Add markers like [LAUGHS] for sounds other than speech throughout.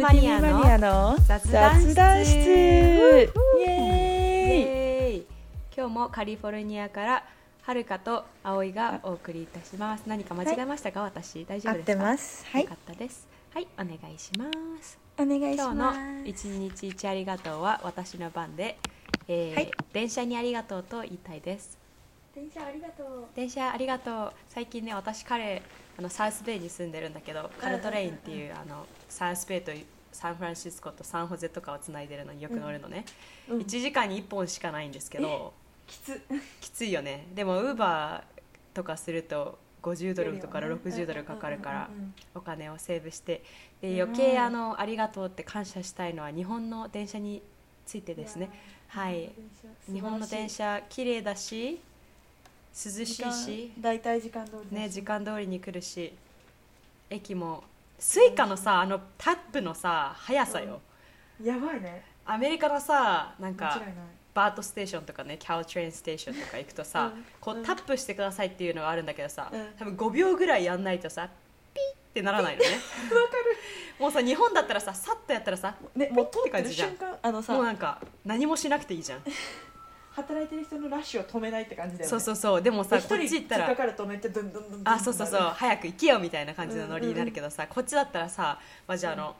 マニアのの雑談室雑談室イエイエイーイエーイ今日もカリフォルニアからはるかと葵がお送りいたします何か間違えましたか、私大丈合夫っですかてますはよいかったですはいお願いしますお願いし今日まのす「一日一ありがとう」は私の番で、えーはい電車にありがとうと言いたいです電車ありがとう。電車ありがとう最近ね私彼あのサウスベイに住んでるんだけどカルトレインっていうあのサウスベイとサンフランシスコとサンホゼとかをつないでるのによく乗るのね、うん1時間に1本しかないんですけどきつ。きついよねでもウーバーとかすると50ドルとかよりはね60ドルかかるからうんうんうんうんお金をセーブしてでうん余計あのありがとうって感謝したいのは日本の電車についてですねはい日本の電。車綺麗だし涼しいいやー素晴らし時間大体時間通り。ね、時。間通りに来るし駅もスイカのさあのタップのさ速さよ、やばいね。アメリカのさなん間違かいない。バートステーションとかねキャルトレインステーションとか行くとさ、うんこううんタップしてくださいっていうのがあるんだけどさ、うん多分5秒ぐらいやんないとさピッってならないのね [LAUGHS] もうさ日本だったらささっとやったらさね、もう通ってって感るじじゃん瞬間、あのもうなさ、んか何もしなくていいじゃん、働いてる人のラッシュを止めないって感じだよね。そうそうそうでもでさ一こっち人行った突っからかると止めて、どんどんどんどん。あそうそうそうなる。早く行けよみたいな感じのノリになるけどさ、こっちだったらさ、まあ、じゃああの、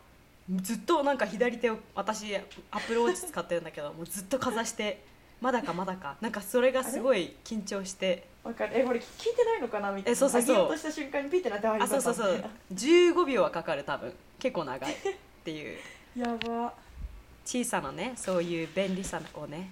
ずっとなんか左手を私アップルウォッチ使ってるんだけどもうずっとかざしてまだかまだかなんかそれがすごい緊張してわかる。え、これ聞いてないのかなみたいな。えそうそうそ上うげようとした瞬間にピってなってああそうそうそ。ようかった15秒はかかる多分結構長いっていうやば。小さなねそういう便利さをね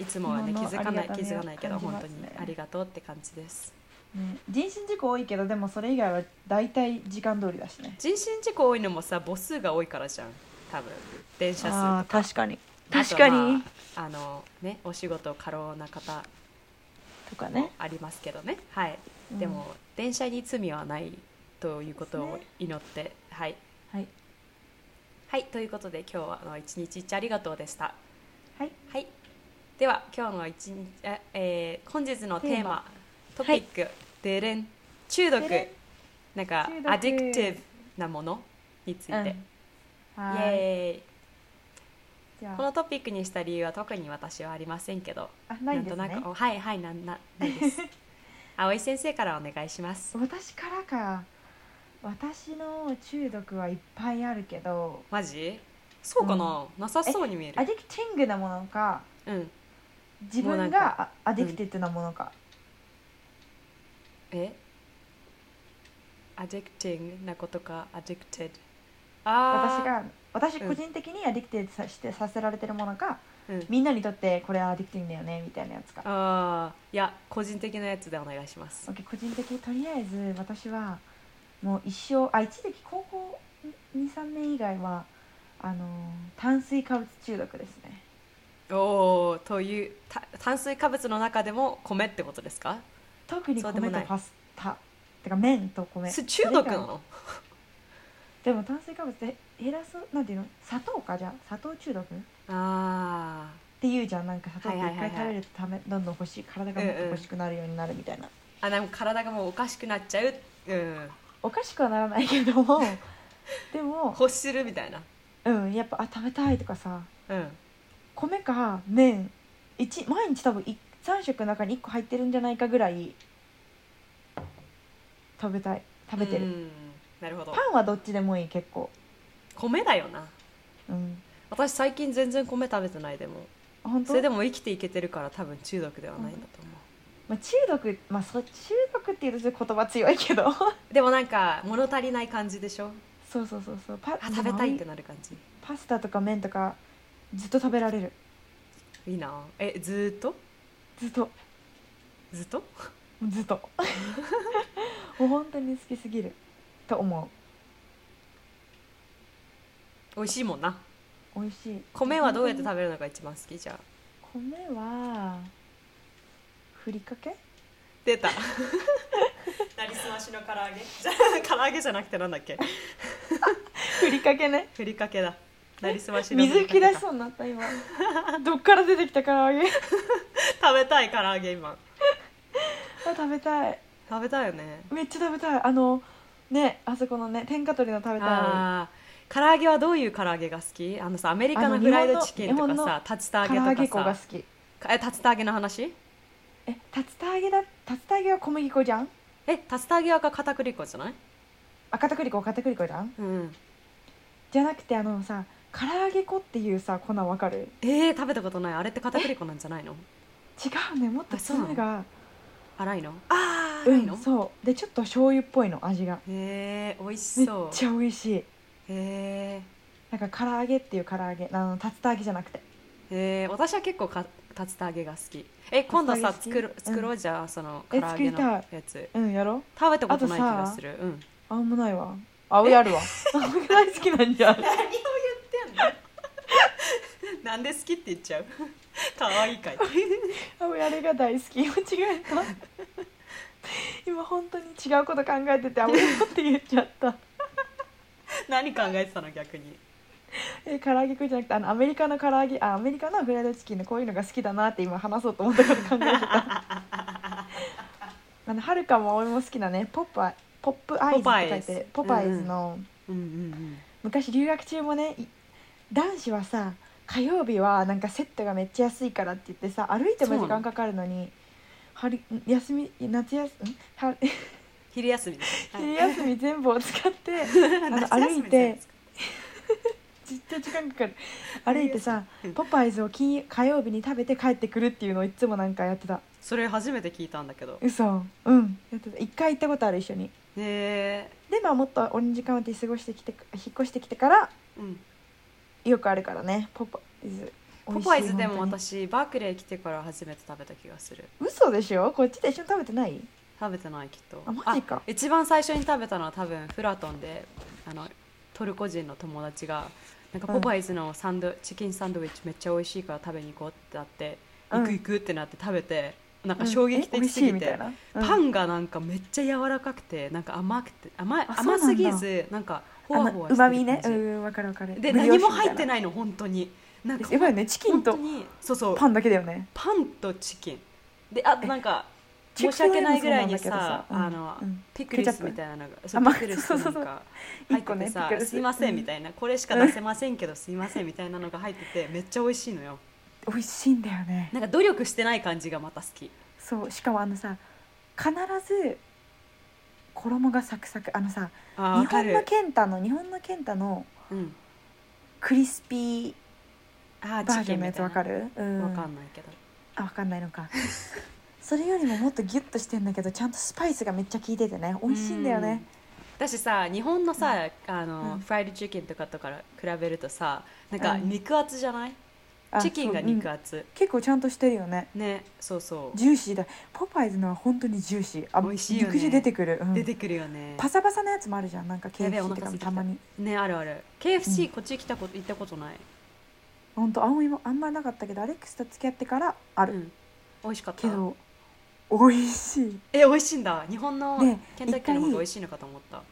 いつもはね気今のづかないありがたみ気をづかないけど、感じ本ます当ねにありがとうって感じですね人身事故多いけどでもそれ以外は大体時間通りだしね人身事故多いのもさ母数が多いからじゃん多分電車数とかー確かにあとまあ、あのねお仕事過労な方とかもありますけどねはい、うんでも電車に罪はないということそうをです祈って、はいはいはいということで今日はあの一日一ありがとうでしたはいはいでは今日の一日あえー本日のテーマテーマトピック、デレン中毒でれんなんか中毒アディクティブなものについて、うんイエはいーイじゃこあのトピックにした理由は特に私はありませんけどあないんですなんとねなくおはいはいなんなないです [LAUGHS] 葵先生からお願いします私からか私の中毒はいっぱいあるけどマジそうかな、なさそうに見えアるディクティングなものかうん自もうなん分かがあアディクティッドなものか、えアディクティングなことかアディクテッドあ私が私うん個人的にアディクティッドさしてさせられてるものか、うんみんなにとってこれはアディクティングだよねみたいなやつかああーいや個人的なやつでお願いします OK 個人的にとりあえず私はもう一生あ一時期高校23年以外はあのー炭水化物中毒ですねおおというた炭水化物の中でも米ってことですか特にそうでも米なといパスタてか麺と米す中毒なそれ以外のでも炭水化物って減らそうなんていうの砂糖かじゃあ砂糖中毒っあていうじゃんなんか砂糖ってはい一はいはい回はい食べるとためどんどん欲しい体がもっと欲しくなるようになるみたいな、ーあでも体がもうおかしくなっちゃううんおかしくはならないけ [LAUGHS] どもでも欲するみたいなうんやっぱあ食べたいとかさうん米か麺一毎日多分い3食の中に1個入ってるんじゃないかぐらい食べたい食べてる、うんなるほどパンはどっちでもいい結構米だよなうん私最近全然米食べてないでもあ本当それでも生きていけてるから多分中毒ではないんだと思う、まあ、中毒まあそう中毒っていうとちょっと言葉強いけど [LAUGHS] でもなんか物足りない感じでしょそうそうそうそうパあ食べたいってなる感じパスタとか麺とかずっと食べられるいいなえずーっとずっとずっと [LAUGHS] ずっともう本当に好きすぎると思美味しいもんなう美味しい米はどうやってべ食べるのが一番好きじゃん米はふりかけ出 [LAUGHS] たなりすましの唐揚げじゃあ [LAUGHS] 唐揚げじゃなくてなんだっけふりかけねふりかけだなりすましの水ふ切りかけらだしそうになった今 [LAUGHS] どっから出てきたから揚げあ [LAUGHS] 食べたい唐揚げ今食べたい食べたいよねめっちゃ食べたいあのねあそこのね天下取りの食べたいああ唐揚げはどういう唐揚げが好きあのさアメリカのフライドチキンとあのか日本のさ竜田唐揚揚げげ粉とがか好さきかえ竜田揚げの話え竜田揚げだ竜田揚げは小麦粉じゃんえ竜田揚げは片栗粉じゃないあ片栗粉片栗粉じゃんうんじゃなくてあのさ唐揚げ粉っていうさ粉わかるえー、食べたことないあれって片栗粉なんじゃないの違うねもっとあそうなの粒が粗いのあーう粗いの、んそうでちょっと醤油っぽいの味がへえ美味めしっそうちゃ美味しいへなんか唐揚げっていう唐揚げあの竜田揚げじゃなくてえへえ私は結構か竜田揚げが好きえ今度さ竜田揚作げ好るき作ろうじゃあ、その唐え揚げの作やりつうんやろ食べたことない気あとさがする [LAUGHS] うんあんまないわあ俺あるわ大好きなんじゃん何を言ってんの [LAUGHS] なんで好きって言っちゃう可愛いかいあ俺あれが大好き間違えた今本当に違うこと考えててあ俺のって言っちゃった [LAUGHS] 何考えてたの逆にえ唐揚げ食いじゃなくてあのアメリカの唐揚げあアメリカのフライドチキンのこういうのが好きだなって今話そうと思ったこと [LAUGHS] 考えてたあのはるかも俺も好きなねポップアイポップアイズって書いてポポパパイイズズの、うんうん昔留学中もねい男子はさ火曜日はなんかセットがめっちゃ安いからって言ってさ歩いてそうなもの時間かかるのに春休み夏休みんは昼休みね、昼 [LAUGHS] 休み全部を使って [LAUGHS] はいあの夏休み歩いてですかずっと時間かかる歩いてさうんポパイズを金火曜日に食べて帰ってくるっていうのをいつもなんかやってたそれ初めて聞いたんだけど嘘うんやってた一回行ったことある一緒にへえでまあもっとオレンジカウンティー過ごしてきて引っ越してきてからうんよくあるからねポパイズポパイズでも美味し私い本当にバークレー来てから初めて食べた気がする嘘でしょこっちで一緒に食べてない食べてないきっとあマジか一番最初に食べたのは多分フラトンであのトルコ人の友達がなんかうんポパイズのサンド、チキンサンドイッチめっちゃ美味しいから食べに行こうってなって、うん行く行くってなって食べてなんか衝撃うんえ美的味すしいぎみたて、いな、パうんンがなんかめっちゃ柔らかくてなんか甘くて甘いあそうな甘んだすぎずなんかほわほわうしてまるみね感うじんわかるわかるで何も入っていないの本当になんかやばいよねチキン本当とにそうそうパンだけだよねパンとチキンであとなんか申し訳ないぐらいにさあの、うんピクルケチャッスプみたいなのがあまあピクルスそなうそんうかうん入一個ってねてピさクル「スすいません」みたいな「これしか出せませんけどすいません」みたいなのが入っててめっちゃ美味しいのよ美味しいんだよねなんか努力してない感じがまた好きそうしかもあのさ必ず衣がサクサクあのさあー日わか本のる、ケンタの日本のケンタのうん、クリスピーあーバーチジキョンンみのやたついわなかるうんわかんないけどあわかんないのか [LAUGHS] それよりももっとギュッとしてんだけどちゃんとスパイスがめっちゃ効いててね美味しいんだよねうんだしさ日本のさ、あのうんフライドチキンとかとから比べるとさなんかうん肉厚じゃない、あチキンがそううん肉厚、結構ちゃんとしてるよねねそうそうジューシーだポパイズのは本当にジューシーあ美味しいよね肉汁出てくる、うん出てくるよねパサパサのやつもあるじゃんなんかやべえ KFC おと腹空いてきかもたたまにねあるある KFC、こっち来たこと行ったことない、本当あんまりあんまりなかったけどアレックスと付き合ってからあうる、ん、美味しかったけど美味しいえ美味しいんだ日本のねケンタッキーの方一が回美味しいのかと思った、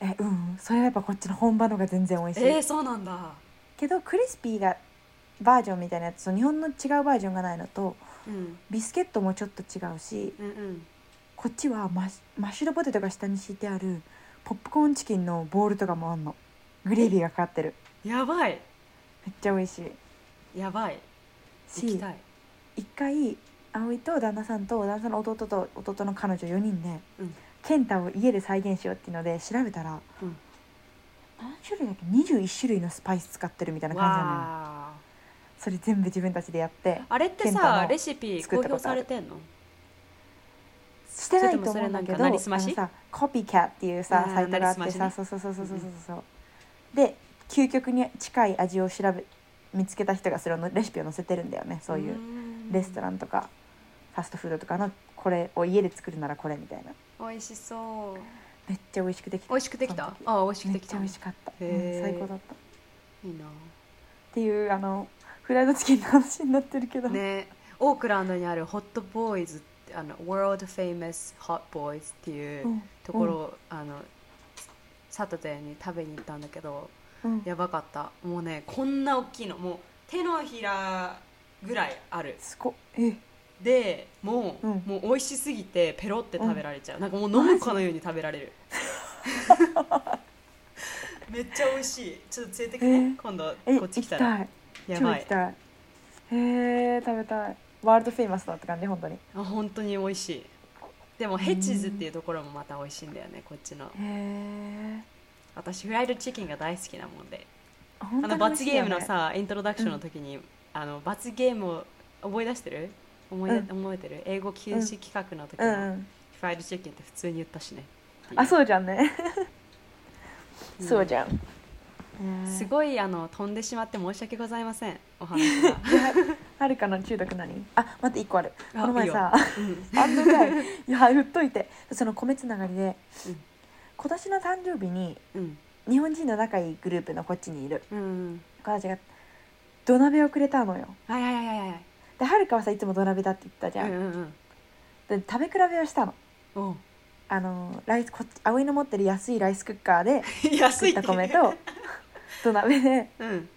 えうんそれはやっぱこっちの本場のが全然美味しい、えー、そうなんだけどクリスピーがバージョンみたいなやつと日本の違うバージョンがないのとうんビスケットもちょっと違うしうんうんこっちはマッシュマッシュドポテトが下に敷いてあるポップコーンチキンのボールとかもあんのグレービーがかかってるやばいめっちゃ美味しいやばい行きしたい一回葵と旦那さんと旦那さんの弟と弟の彼女4人で、うんケンタを家で再現しようっていうので調べたら、うん何種類だっけ21種類のスパイス使ってるみたいな感じなのよわあそれ全部自分たちでやってあれってケンタさのレシピ公作った表ことあさるれてんのしてないとそれとも思うんだけそれなんどかなりすましあのさコピーキャっていうさあーサイトがあってさ、なりすそうそうそうそうそうそうそう、で究極に近い味を調べ見つけた人がそれのレシピを載せてるんだよねそういうレストランとかファストフードとかのこれを家で作るならこれみたいなン美味しそうめっちゃ美味しくできた美味しくできたその時あ美味しくめっできちたゃ美味しかった、へうんー最高だったっいいていうあのフライドチキンの話になってるけど、なねオークランドにあるホットボーイズってあの World Famous Hot Boys っていううんところを、あのサタデーに食べに行ったんだけどうんやばかったもうねこんな大きいのもう手のひらぐらいあるすごっえでもう,、うんもう美味しすぎてペ [LAUGHS] ロって食べられちゃう、なんかもう飲むかのように食べられるめっちゃ美味しいちょっと連れてくね、えー今度えこっち来た行らきたいや超ば行いきたいへえ食べたいワールドフェイマスだって感じ本当にへあ本当に美味しいでもヘチーズっていうところもまた美味しいんだよねこっちのえ私フライドチキンが大好きなもんで本あの当に美味罰しいゲーよムねのさイントロダクションの時に、あの罰ゲームを思い出してる思い出、うん思えてる英語禁止企画の時うんのうんフライドチキンって普通に言ったしね、あそうじゃんねうん [LAUGHS] そうじゃんすごいあの飛んでしまって申し訳ございま [LAUGHS] せんお話がはるかの中毒何あ待って一個あるあこの前さいいようんあんのかいいや言っといてその米つながりで、うん今年の誕生日にうん日本人の仲いいグループのこっちにいるうん子たちが土鍋をくれたのよはいはいはいはいはいではるかはさいつも土鍋だって言ったじゃ、うんんうんで食べ比べをしたのうんおうあのライスこ葵の持ってる安いライスクッカーで安作いっってた米と土鍋でうん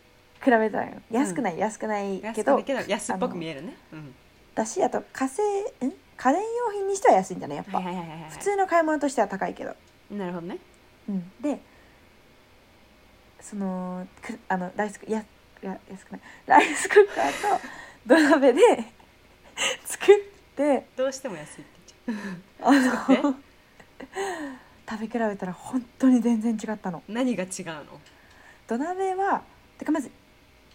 比べたのよ安くない、安くない安けくなどいけど安っぽく見えるねうんだしあと家製ん家電用品にしては安いんじゃないやっぱ、はいはいはいはいはい普通の買い物としては高いけどなるほどねうん、でそのくあのライスクやや安くないライスクッカーと土鍋で作ってどうしても安いって言っちゃうあ作っての食べ比べたら本当に全然違ったの何が違うの土鍋はてかまず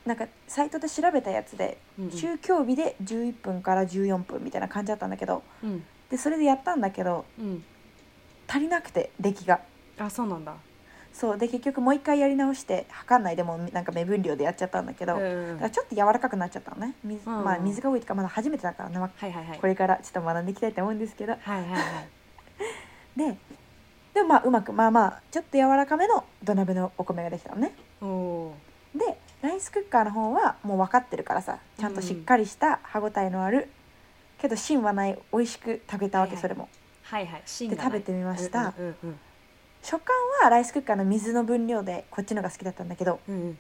なんかサイトで調べたやつでうんうん中強火で11分から14分みたいな感じだったんだけどうんでそれでやったんだけどうん足りなくて出来があそうなんだそうで結局もう一回やり直して測んないでもうなんか目分量でやっちゃったんだけど、うんうんだはからいちょっと柔らかくなっちゃったのね水,、うんうんまあ、水が多いとかまだ初めてだからね、まはいはいあこれからちょっと学んでいきたいと思うんですけどはいはいはいででもまあうまくまあまあちょっと柔らかめの土鍋のお米ができたのねおおでライスクッカーの方はもう分かってるからさちゃんとしっかりした歯ごたえのある、けど芯はない美味しく食べたわはいけ、はいそれもはいはい芯 [LAUGHS] でがない食べてみました、うんうんうん食感はライスクッカーの水の分量でこっちのが好きだったんだけどうんうん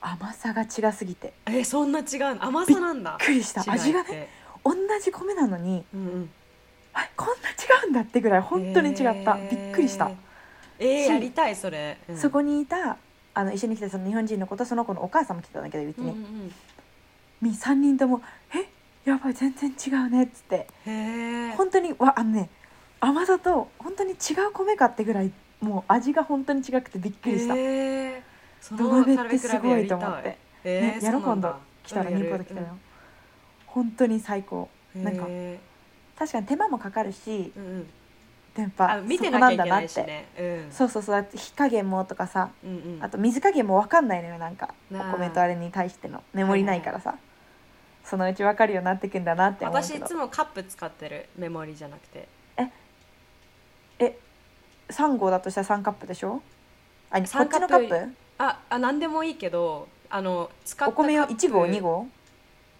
甘さが違すぎてえそんな違うの甘さなんだびっくりした味違がいっねて同じ米なのにうんうんあこんな違うんだってぐらい本当に違った、えーびっくりしたえーしやりたいそれうんそこにいたあの一緒に来たその日本人の子とその子のお母さんも来てたんだけどうちうんうに、んみ3人とも「えやばい全然違うね」っつってうんへえ本当にわあのね甘さと本当に違う米かってぐらいもう味が本当に違くてびっくりした、へーそ土の鍋食っべて比すべごやいりとた思ってい、えねーやろそううな今ん度だ来たらうんやる日本で来たよ、本当に最高うんなんかへ確かに手間もかかるしーうんうん電あ波見てなきゃいけないしねうんそうそうそうだって火加減もとかさうんうんあと水加減も分かんないのよなんかおなあ米とあれに対してのメモリないからさ、そのうち分かるようになってくんだなって思う私けいどつもカップ使ってるメモリじゃなくて3合だとしたら3カップでしょあこっち三カップのカップああ何でもいいけどあの使ったお米をカップ1合2合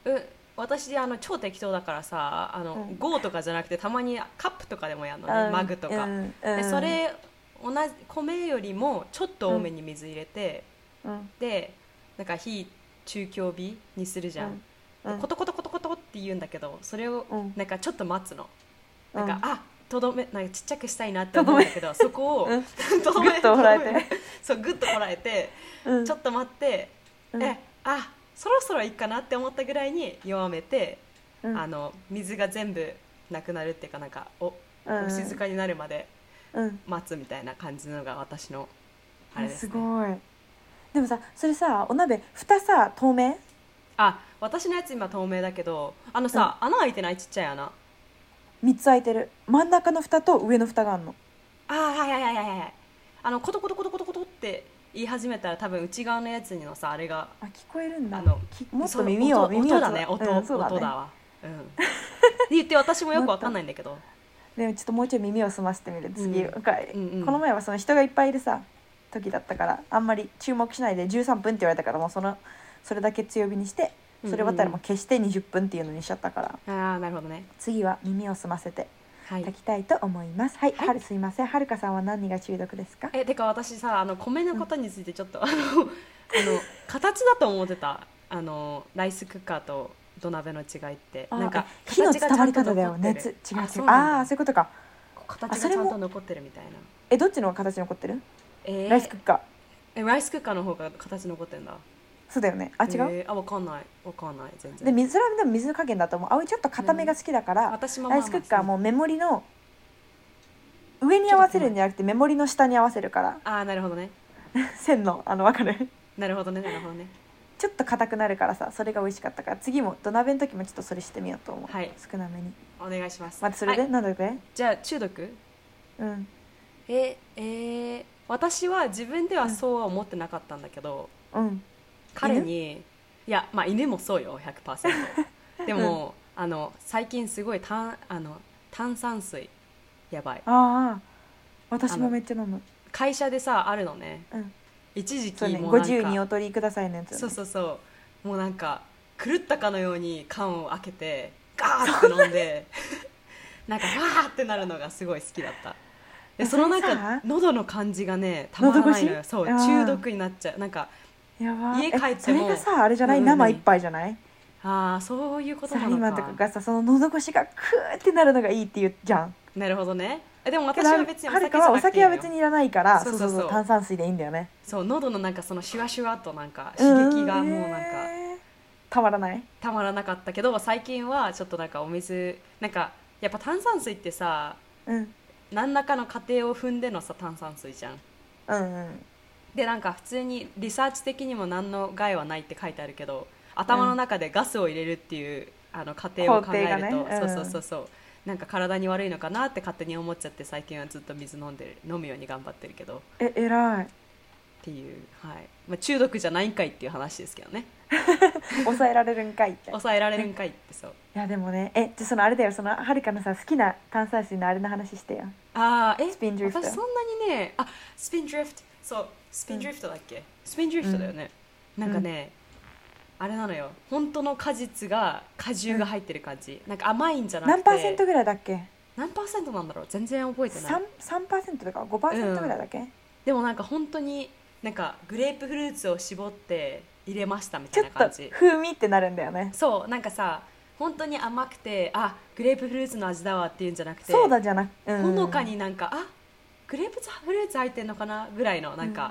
うん私あの超適当だからさあの、うん合とかじゃなくてたまにカップとかでもやるのうねんマグとか、うんでそ、れ同じ米よりもちょっと多めに水入れて、うんでなんか火中強火にするじゃん、うんコトコトコトコトって言うんだけどそれをうんなんかちょっと待つの、うなんんかあとどめなんかちっちゃくしたいなって思うんだけどそこを、うんとどグッとこらえてとどめそうグッとこらえてうんちょっと待って、うんえあそろそろいいかなって思ったぐらいに弱めて、うんあの水が全部なくなるっていうかなんかお,、うんお静かになるまでうん待つみたいな感じのが私のあれです,、すね、ごいでもさそれさお鍋蓋さ透明あ私のやつ今透明だけどあのさ、穴開いてないちっちゃい穴あ3つ開いてる真ん中の蓋と上の蓋があんのーはいはいはいはいはいあのコトコトコトコトコトって言い始めたら多分内側のやつにのさあれがあ聞こえるんだあのきもっそとう耳を音耳を音だね音、うんそうだね音だわうんって言って私もよくわかんないんだけ [LAUGHS] どねちょっともうちょい耳を澄ませてみる次、うんおかえりうんうんこの前はその人がいっぱいいるさ時だったからあんまり注目しないで13分って言われたからもうそのそれだけ強火にしてそれ終わったらもう消して20分っていうのにしちゃったから、ああなるほどね次は耳を澄ませてはいいただきたいと思いますはい、はいはるすいませんはるかさんは何が中毒ですかえてか私さあの米のことについてちょっと、あのあの形だと思ってたあのライスクッカーと土鍋の違いってあなんか火の形伝がちわゃりんと方だよ残ってる熱違う違うあそうあなあーんそうだいうことか形あがそちれゃもんと残ってるみたいなえどっちの形残ってるえーライスクッカえライスクッカーの方が形残ってんだそうだよねあ違う、えーあわかんないわかんない全然で水それはでも水の加減だと思う葵ちょっと固めが好きだから、私もまラあイまあスクッカーはもうメモリの上に合わせるんじゃなくてメモリの下に合わせるから [LAUGHS] ああなるほどね線のあの分かるなるほどねなるほどねちょっと硬くなるからさそれが美味しかったから次も土鍋の時もちょっとそれしてみようと思う、はい少なめにお願いしますまたそれで、はいなんだっけじゃあ中毒うんええー私は自分ではそうは思ってなかったんだけど、うん彼にいやまあ犬もそうよ100% [LAUGHS] でも、あの最近すごい炭あの炭酸水やばいああ私もめっちゃ飲む会社でさあるのね、うん一時期そうねも「うなんごか自由にお取りください」のやつ、ね、そうそうそうもうなんか狂ったかのように缶を開けてガーって飲んで [LAUGHS] なんかわーってなるのがすごい好きだったでそのそれ中さ喉の感じがねたまらないの喉よ越しそうあー中毒になっちゃうなんかやば家帰ってもえそれがさあれじゃないうんうんうん生一杯じゃないああそういうことサなラリーマのンとかかがさその喉越しがクーってなるのがいいって言うじゃんなるほどねえでもけ私どは別におはる酒じゃなくていいのかはよお酒は別にいらないからそそうそうそうそううそう炭酸水でいいんだよねそう喉のなんかそのシュワシュワっとなんか刺うん激がもうなんかへーたまらないたまらなかったけど最近はちょっとなんかお水なんかやっぱ炭酸水ってさうん何らかの過程を踏んでのさ炭酸水じゃんうんうんでなんか普通にリサーチ的にも何の害はないって書いてあるけど頭の中でガスを入れるっていう、あの過程を考えると、工程がねうんそうそうそうそうなんか体に悪いのかなって勝手に思っちゃって最近はずっと水飲んでる飲むように頑張ってるけどっえ偉いていう、はいまあ、中毒じゃないんかいっていう話ですけどね抑えられるんかいってい抑えられるんかいってそうやでもねえじゃあそのあれだよそのはるかのさ好きな炭酸水のあれの話してよあーえスピンドリフト私そんなにねあスピンドリフトそうスピンドリフトだっけ、スピンドリフトだよね、なんかね、あれなのよ本当の果実が果汁が入ってる感じ、なんか甘いんじゃなくて何パーセントぐらいだっけ何パーセントなんだろう全然覚えてない 3%, 3とか5%ぐらいだっけ、でもなんか本当になんかグレープフルーツを絞って入れましたみたちいょっなと感じ風味ってなるんだよねそうなんかさ本当に甘くてあグレープフルーツの味だわっていうんじゃなくてそうだじゃなくうんほのかになんかあグレープフルーツ入ってんのかなぐらいのなんか、うん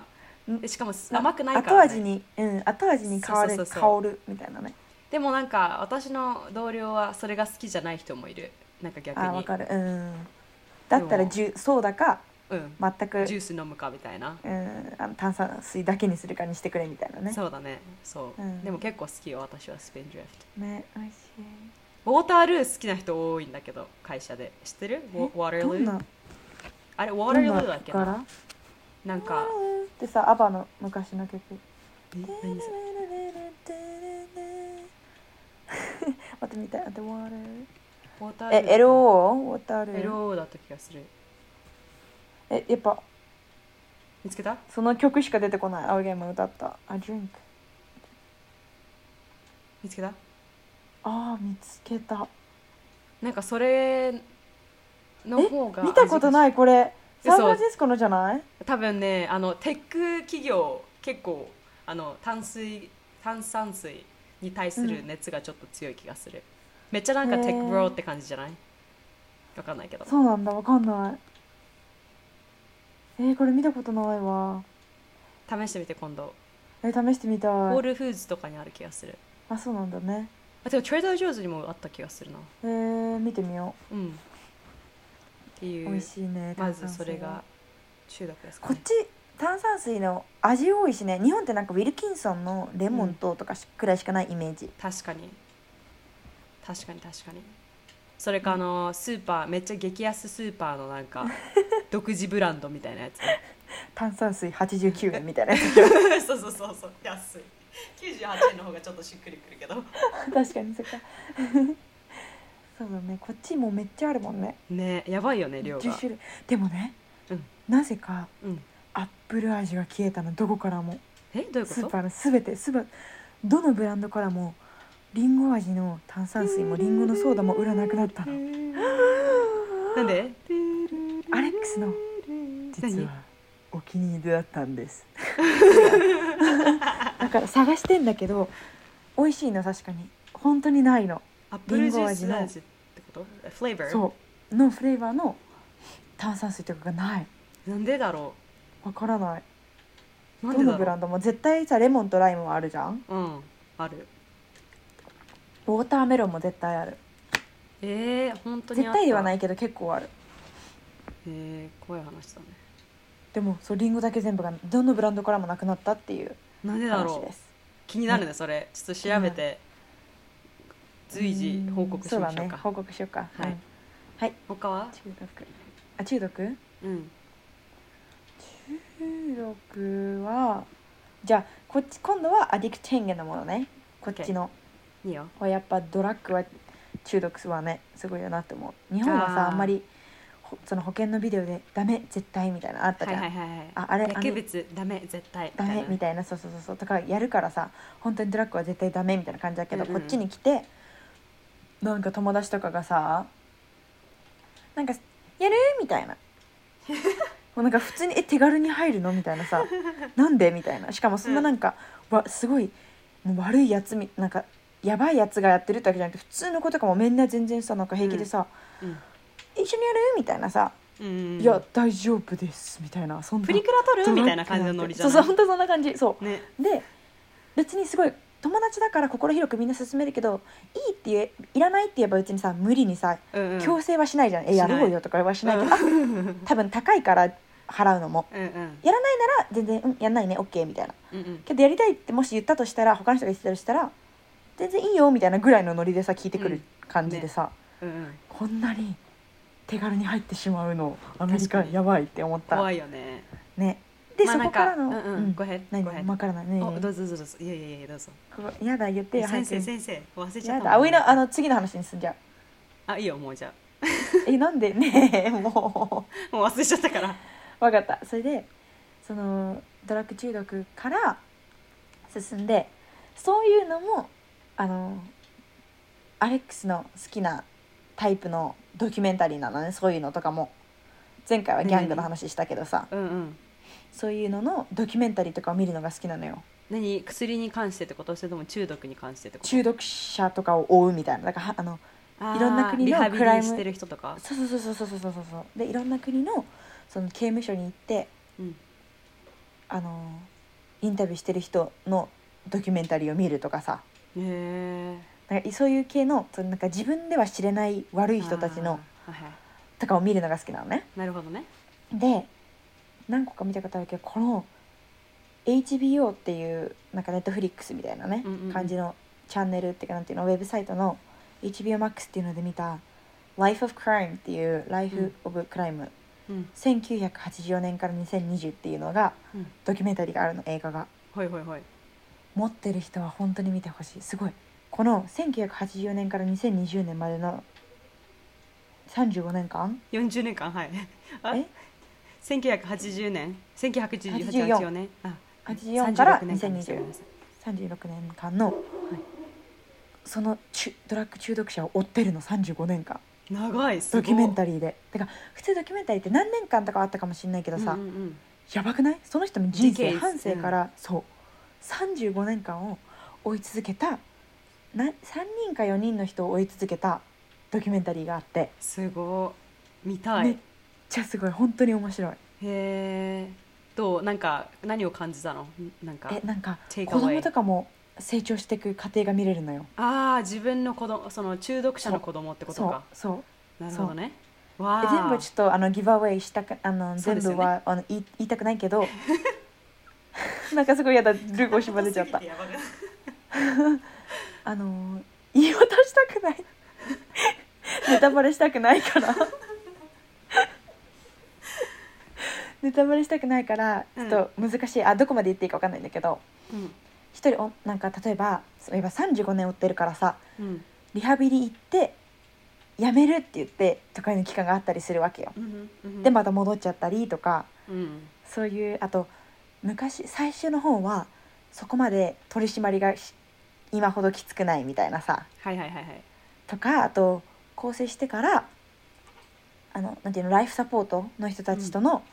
でしかもすま甘くないから、後味ね、にうん後味に変わるそうそうそ香るみたいなねでもなんか私の同僚はそれが好きじゃない人もいるなんか逆あーわにかるうんだったらジュソーダかうん全くジュース飲むかみたいな、うんあの炭酸水だけにするかにしてくれみたいなねそうだねそう、うんでも結構好きよ私はスペインドリフトね美味しウォータールー好きな人多いんだけど会社で知ってるウォウォータールいどんーなあれウォどーターんルなーだっけな柄なんかってさアバの昔の曲え何それまた見たいあとワールウォータールーえ LO タル LO だった気がするえやっぱ見つけたその曲しか出てこない青ゲーム歌った「あ drink 見つけた」あー見つけたなんかそれの方が見たこといないこれ嘘サンフランシスコのじゃない多分ねあのテック企業結構あの炭水炭酸水に対する熱がちょっと強い気がする、めっちゃなんかへーテックブローって感じじゃないわかんないけどそうなんだわかんないえー、これ見たことないわ試してみて今度えー試してみたホーいルフーズとかにある気がするあそうなんだねあでもトレーダー・ジョーズにもあった気がするなえー、見てみようんってうい美う味しいねま炭ず酸水それが中毒ですか、こっね、ち炭酸水の味多いしね日本ってなんかウィルキンソンのレモンととかしくらいしかないイメージ、確かに確かに確かにそれかあのスーパーめっちゃ激安スーパーのなん [LAUGHS] か独自ブランドみたいなやつ炭酸水89円みたいなや [LAUGHS] つそうそうそうそう安い98円の方がちょっとしっくりくるけど確かにそっか [LAUGHS] そうだねこっちもうめっちゃあるもんねねやばいよね量10が種類でもね、うんなぜかうんアップル味が消えたのどこからもえどういうこスーとパーのすべてすべどのブランドからもリンゴ味の炭酸水もリンゴのソーダも売らなくなったの [LAUGHS] なんでアレックスの実何はお気に入りだったんです [LAUGHS] だから探してんだけど美味しいの確かに本当にないのアップルジューリスンゴ味の味ってことフレーバーそうのフレーバーの炭酸水とかがないなんでだろわからないなんでだろどうのブランドも絶対さレモンとライムはあるじゃんうんあるウォーターメロンも絶対あるええー、本当に絶対ではないいけど結構あるえー、怖い話だねでもそうリンゴだけ全部がどのブランドからもなくなったっていうなんでだ話ろでうす気になるねそれちょっと調べて随時報告しそうまだしょうねか、報告しようかはいうん他は中毒あ中毒うん中毒はじゃあこっち今度はアディクテンゲのものねこっちの、いいよはやっぱドラッグは中毒すはねすごいよなって思う日本はあさーあんまりほその保険のビデオで「ダメ絶対」みたいなのあったはじいゃん、はいはいはいああれ薬物ダメ絶対ダメみたいなそうそうそうそうとかやるからさ本当にドラッグは絶対ダメみたいな感じだけど、うんうんこっちに来てなんか友達とかがさなんか「やる?」みた [LAUGHS] いなもうなんか普通に「え手軽に入るの?」みたいなさ「なんで?」みたいなしかもそんななんか、わすごいもう悪いやつみなんかやばいやつがやってるってわけじゃなくて普通の子とかもみんな全然さなんか平気でさうんうん「一緒にやる?」みたいなさ「うんうんうんいや大丈夫です」みたいなそんなプリクラ撮るみたいな感じのノリじゃないそうそう本当そんな感じそうねで別にすごい友達だから心広くみんな勧めるけどいいって言えいらないって言えばうちにさ無理にさうんうん強制はしないじゃん、えしやないろうよとかはしないけど、あうんうん多分高いから払うのもうんうんやらないなら全然、うん、やんないね OK みたいなうんうんけどやりたいってもし言ったとしたら他の人が言ってたとしたら全然いいよみたいなぐらいのノリでさ聞いてくる感じでさ、うんうんこんなに手軽に入ってしまうのアメリ確カかにやばいって思った怖いよねねで、まあそこからの、なんかうんううんんごへん何ごへんわからないねおどうぞどうぞどうぞいやいやいやどうぞここやだ言って先早生く先生忘れちゃやったもんだ葵のあの次の話に進んじゃう [LAUGHS] あいいよもうじゃえなんでねえもあもう忘れちゃったからうわかったそれでそのドラッグ中毒から進んでそういうのもあのアレックスの好きなタイプのドキュメンタリーなのねそういうのとかも前回はギャングの話したけどさうんうんそういうののドキュメンタリーとかを見るのが好きなのよ何薬に関してってことそれとも中毒に関してってこと中毒者とかを追うみたいなだからはあのあーいろんな国のリハビクライリムしてる人とかそうそうそうそうそうそうそうそうでいろんな国のその刑務所に行ってうんあのインタビューしてる人のドキュメンタリーを見るとかさへえなんかそういう系のそのなんか自分では知れない悪い人たちのあーはいはとかを見るのが好きなのねいなるほどねで何個か見たことあるけどこの HBO っていうなんかネットフリックスみたいなね、うんうんうん感じのチャンネルっていうかなんていうのウェブサイトの HBOMAX っていうので見た「Life of Crime」っていう「Life of Crime、うん1984年から2020っていうのがうんドキュメンタリーがあるの映画がほいほいほい持ってる人は本当に見てほしいすごいこの1984年から2020年までの35年間40年間はいあ [LAUGHS] え1980年1984年あ84から36年間です2020ごめんなさい36年間の、その中ドラッグ中毒者を追ってるの35年間長いすごいドキュメンタリーでてか普通ドキュメンタリーって何年間とかはあったかもしれないけどさ、うんうんうんやばくないその人の人ディケイズ生半生から、そう35年間を追い続けたな3人か4人の人を追い続けたドキュメンタリーがあって、すごい見たい、めっちゃすごい本当に面白いへえどうなんか何を感じたのなんかえなんか Take 子 away 供とかも成長していく過程が見れるのよああ自分の子供その中毒者の子供ってことそうかそうなるほどねわえあ全部ちょっとあのギブアウェイしたくあのそう全ですよ部ねは、あの言い言いたくないけど [LAUGHS] なんかすごいやだルーゴ縛れちゃったあのー言い渡したくない [LAUGHS] ネタバレしたくないから [LAUGHS] ネタバレしたくないからちょっと難しい、あどこまで言っていいか分かんないんだけどうん一人おなんか例えばそういえば35年追ってるからさうんリハビリ行って辞めるって言ってとかいう期間があったりするわけよ。うんうんでまた戻っちゃったりとかうんそういうあと昔最初の方はそこまで取り締まりがし今ほどきつくないみたいなさはいはいはいはいとかあと更生してからあのなんていうのライフサポートの人たちとの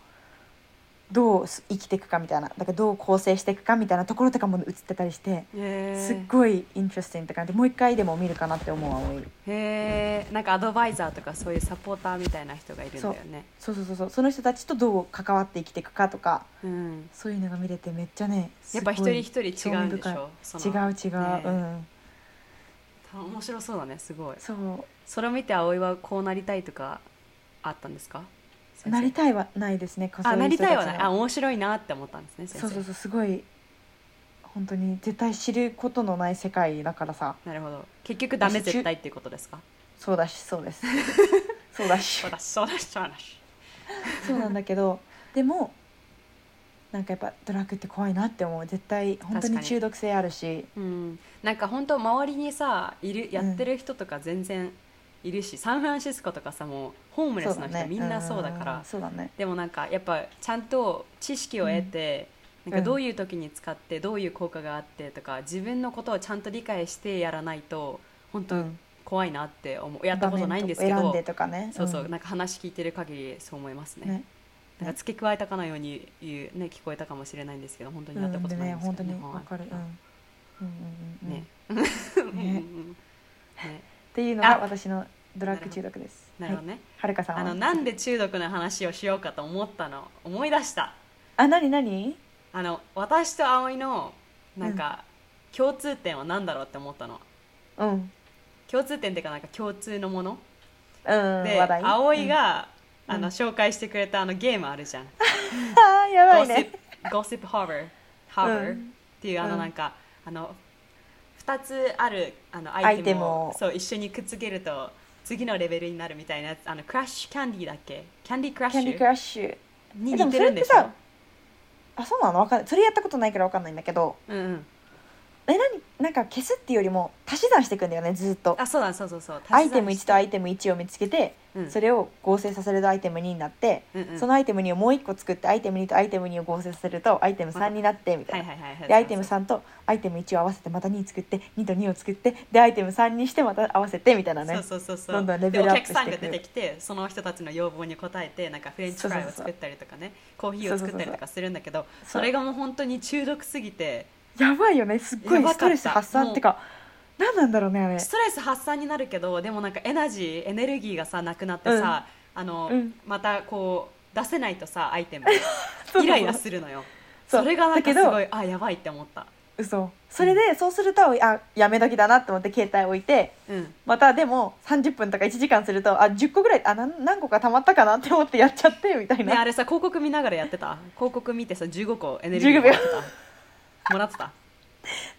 どうす生きていくかみたいなだからどう構成していくかみたいなところとかも映ってたりしてへすっーごいインテ e スティングって感じもう一回でも見るかなって思う葵へーなんかアドバイザーとかそういうサポーターみたいな人がいるんだよねそうそうそうそうその人たちとどう関わって生きていくかとかうんそういうのが見れてめっちゃねやっぱ一人一人違うんでし興ょそ違う違う、のねうん面白そうだねすごいそそれを見て葵はこうなりたいとかあったんですかうなりいたいはないですねあなりたいはそなううい人ちあの面白いなって思ったんですね先生そうそうそうすごい本当に絶対知ることのない世界だからさなるほど結局ダメ絶対っていうことですかそうだしそ [LAUGHS] うですそうだしそうだしそうだしそうだしそうなんだけどでもなんかやっぱドラッグって怖いなって思う絶対本当確かにに中毒性あるしうんなんか本当周りにさいるやってる人とか全然いるし、サンフランシスコとかさもうホームレスの人みんなそうだからうんそうだねでもなんかやっぱちゃんと知識を得て、うんなんかどういう時に使ってどういう効果があってとか自分のことをちゃんと理解してやらないと本当うん怖いなって思う、やったことないんですけ場面どと選んでとかねそうそう、んなんか話聞いてる限りそう思いますねねなんか付け加えたかのように言う、ね、聞こえたかもしれないんですけど本当にやったうんことでないねんです本け当ど、にわかるうんうんうんうんうんねっうんうんうんねていうのがあ私のドラッグ中毒ですなるほどはいね、はるかさんはあのなんで中毒の話をしようかと思ったの思い出したあなになにあの私と葵のなんか、共通点は何だろうって思ったのうんうん共通点っていうかなんか共通のもの、で話題葵うんが、うんあのうん紹介してくれたあのゲームあるじゃんあーやばゴいねシップゴシップハーバーハーバーうっんていうあのうんなんか、あの2つあるあのアイテムをアイテムをそう一緒にくっつけると次のレベルになるみたいなやつあのクラッシュキャンディーだっけキャンディークラッシキャンディークラュッシュにえ似でもてそるれっんでてしょさあそうなのわかんないそれやったことないからわかんないんだけどうんうんえ何なんか消すっていうよりも足し算していくんだよねずっとあそうだそうそうそうアイテム1とアイイテム1を見つけて、うんそれを合成させるとアイテム2になって、うんうんそのアイテム2をもう1個作ってアイテム2とアイテム2を合成させるとアイテム3になってみたはいいな、はいはいはいでアイテムそう3とアイテム1を合わせてまた2作って2と2を作ってでアイテム3にしてまた合わせてみたいなねそうそうそうそうどんどんレベルアップしてでお客いくさんが出てきてその人たちの要望に応えてなんかフレンチフライを作ったりとかねコーヒーを作ったりとかするんだけどそそうれがもう本当に中毒すぎてやばいよねすっごやいばかっスたトレス発散ってか何なんだろうねあれストレス発散になるけどでもなんかエナジーエネルギーがさなくなってさ、あのうんまたこう出せないとさアイテム [LAUGHS] そうそうそうイライラするのよそうそれがなんかだすけどごいあやばいって思った、嘘それでそうするとあやめ時だなと思って携帯置いてうん、またでも30分とか1時間するとあ10個ぐらいあなん何個かたまったかなって思ってやっちゃってみたいねなあれさ広告見ながらやって [LAUGHS] た広告見てさ15個エネルギーもらってたもらってた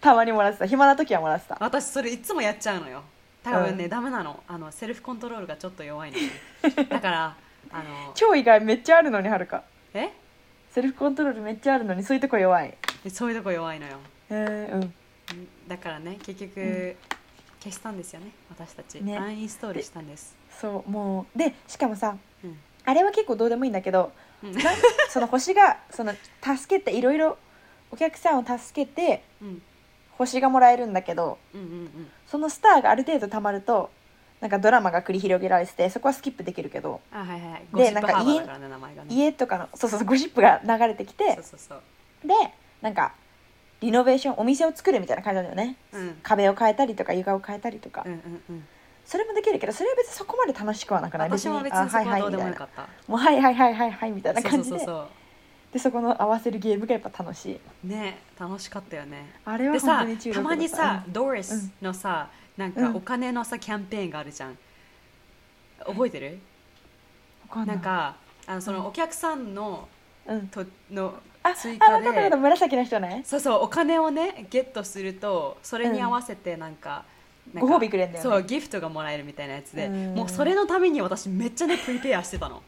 たまにもらってた暇な時はもらってた私それいつもやっちゃうのよ多分ね、うんダメなのあのセルフコントロールがちょっと弱いの [LAUGHS] よだからあの超意外めっちゃあるのにはるかえセルフコントロールめっちゃあるのにそういうとこ弱いそういうとこ弱いのよえー、うんだからね結局、うん消したんですよね私たち、ねアンインストールしたんですそうもうでしかもさうんあれは結構どうでもいいんだけどうんなんその星がその助けていろいろお客さんを助けてうん星がもらえるんだけどうんうんそのスターがある程度たまるとなんかドラマが繰り広げられててそこはスキップできるけどあはいはいはいゴシでッなんプかハーバーだからね名前がね家とかのそうそうそうゴシップが流れてきてそうそうそうでなんかリノベーションお店を作るみたいな感じなんだよねうんうん壁を変えたりとか床を変えたりとか、うんうんそれもできるけどそれは別にそこまで楽しくはなくない私も別あにそこいはいどうでもよみたかいった、なもうはいはいはいはいはいみたいなそう感そうそうじでそそでそこの合わせるゲームがやっぱ楽しいうね楽しかったよねあれはでさ本当に中毒だったたまにさ、ドリうんスのさなんうかんお金のさキャンペーンがあるじゃん覚えてるうんなん、かあのそのお客さんのわかんないうん、とのあ追あ加わかったわかったで紫の人ねそうそうお金をねゲットするとそれに合わせてなんか、なんかご褒美くれんだよねそうギフトがもらえるみたいなやつでうんもうそれのために私めっちゃねプリペアしてた [LAUGHS] の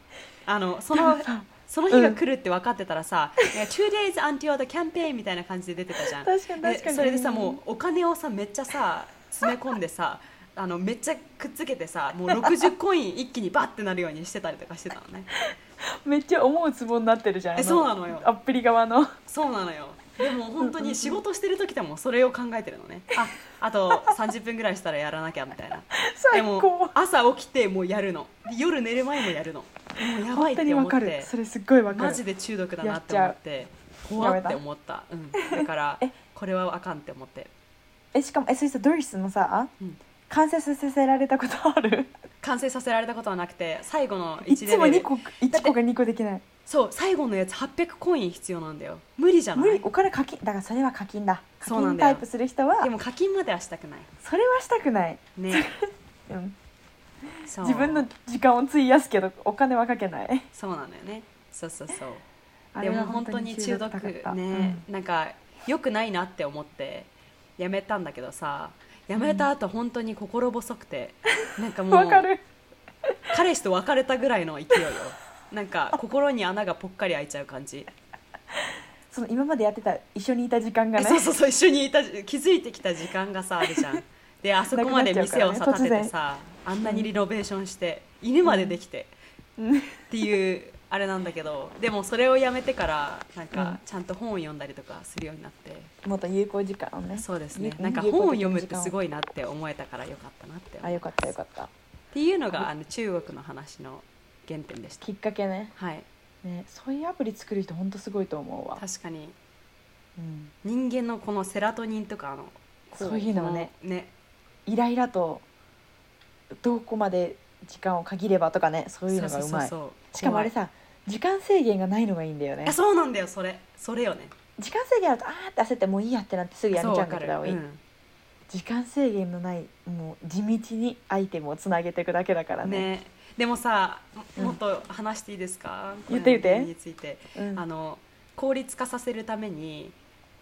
あのそのでもさその日が来るって分かってたらさ「ね Two days until the campaign」みたいな感じで出てたじゃん確かにで確かにそれでさもうお金をさめっちゃさ詰め込んでさあのめっちゃくっつけてさもう60コイン一気にバッてなるようにしてたりとかしてたのねめっちゃ思うツボになってるじゃんえそうなのよアップリ側のそうなのよでも本当に仕事してる時でもそれを考えてるのねああと30分ぐらいしたらやらなきゃみたいなで最も高朝起きてもうやるので夜寝る前もやるのもうやばい本っ当てに思わっかるてそれすっごいわかマるジで中毒だなって思って怖やめったて思った、うん、だから [LAUGHS] えこれはあかんって思ってえしかもえそれさドリスのさ、うん完成させられたことあ [LAUGHS] る完成させられたことはなくて最後のい1つレもベ2ル個1個が2個できないそう最後のやつ800コイン必要なんだよ無理じゃな無い理お金課金だからそれは課金だ課そうなん金だよタイプする人はでも課金まではしたくないそれはしたくない、ねうん、そう [LAUGHS] 自分の時間を費やすけどお金はかけないそうなんだよねそうそうそうあでれもは本当に中毒高かったね、なんか良くないなって思ってやめたんだけどさやめた後本当に心細くて、なんかうんもわ、うかる彼氏と別れたぐらいの勢いよなん [LAUGHS] か心に穴がぽっかり開いちゃう感じその今までやってた一緒にいた時間がえねそうそうそう一緒にいた気づいてきた時間がさあるじゃんであそこまで店をなくさなっちゃうからね建ててさ、あんなにリノベーションして犬までできて、うんっていうあれなんだけどでもそれをやめてからなんうかんちゃんと本を読んだりとかするようになって、もっと有効時間をねそうですね有なんか本を読むって有効的な時間をすごいなって思えたからよかったなって思あうっよかったよかったていうのがあの中国の話の原点でしたきっかけねはいねそういうアプリ作る人本当すごいと思うわ、確かにうん、人間のこのセラトニンとかあのこそういうのをねこのねイライラとどこまで時間を限ればとかねそういうのがうまいしかもあれささ時間制限がないのがいいんだよねそうなんだよそれそれよね時間制限あるとあーって焦ってもういいやってなってすぐやめちゃうんだけど、うん時間制限のないもう地道にアイテムをつなげていくだけだからねねでもさうんもっと話していいですか、言って言ってこれの原因についてうんあの効率化させるために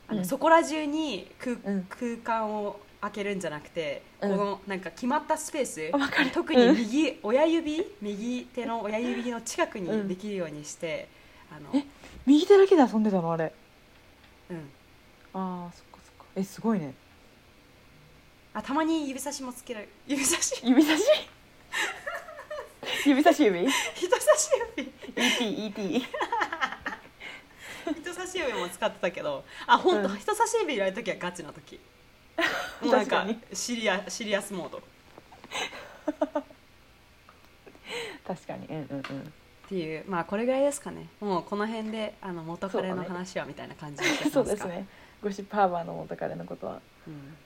あの、うんそこら中に空,、うん空間を開けるんじゃなくて、うんこのなんか決まったスペースあわかる特に右、親指右手の親指の近くにできるようにして、あのえ右手だけで遊んでたのあれうん、あーそっかそっかえすごいねあたまに指差しもつけられる指差し [LAUGHS] 指差し指差し指 ET 人差し指 ET 人差し指も使ってたけどあ本当、うん人差し指いられる時はガチな [LAUGHS] 時もうなんか確かにシリアシリアスモードっ確かにうんうんていうまあこれぐらいですかねもうこの辺であの元彼の話はみたいな感じにしてうきん [LAUGHS] [LAUGHS] そうますでかすねゴシップハーバーの元彼のことはうん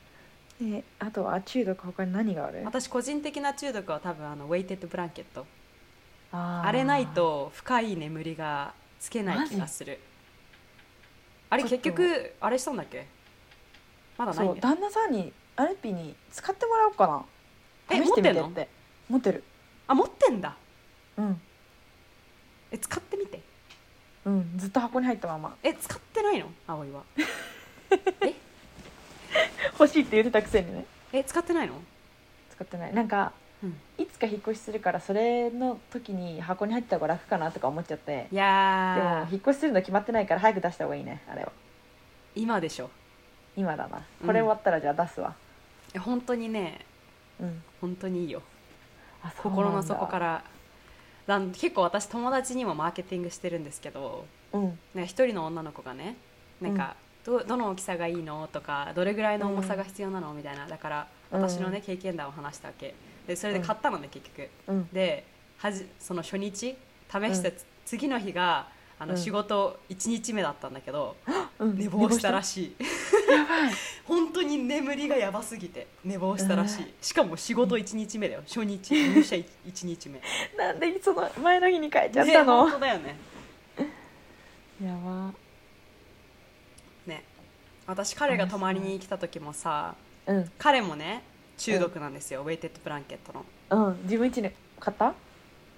えあとは中毒他に何がある私個人的な中毒は多分あのウェイテッドブランケットあーあれないと深い眠りがつけない気がするあれちょっ結と局あれしたんだっけまだないそんうだ旦那さんにアルピに使ってもらおうかなえ試してみて持ってっんて持ってるあ持ってんだうんえ使ってみてうんずっと箱に入ったままえ使ってないの葵は欲しいって言ってたくせにねえ使ってないの使ってないなんか、うんいつか引っ越しするからそれの時に箱に入ってた方が楽かなとか思っちゃっていでもやー引っ越しするの決まってないから早く出した方がいいねあれは今でしょ今だなうんこれ終わったらじゃあ出すわえ本当にねうん、本当にいいよあそうなんだ心の底からなん結構私友達にもマーケティングしてるんですけどうんなんか一人の女の子がねなんか、どどの大きさがいいのとかどれぐらいの重さが必要なのみたいなだからうん私のね経験談を話したわけでそれで買ったのね結局うんではじその初日試して、う次の日があの、うん仕事1日目だったんだけ [LAUGHS] どうん寝坊したらししいい [LAUGHS] やばい本当に眠りがやばすぎて寝坊したらしういしかも仕事1日目だよ初日入社 1, 日目なんでその前の日に変えちゃっねたの、 [LAUGHS] 本当だよねやばね私彼が泊まりに来た時もさうん彼もね中毒なんですよ、ウェイテッドブランケットのうん自分家で買った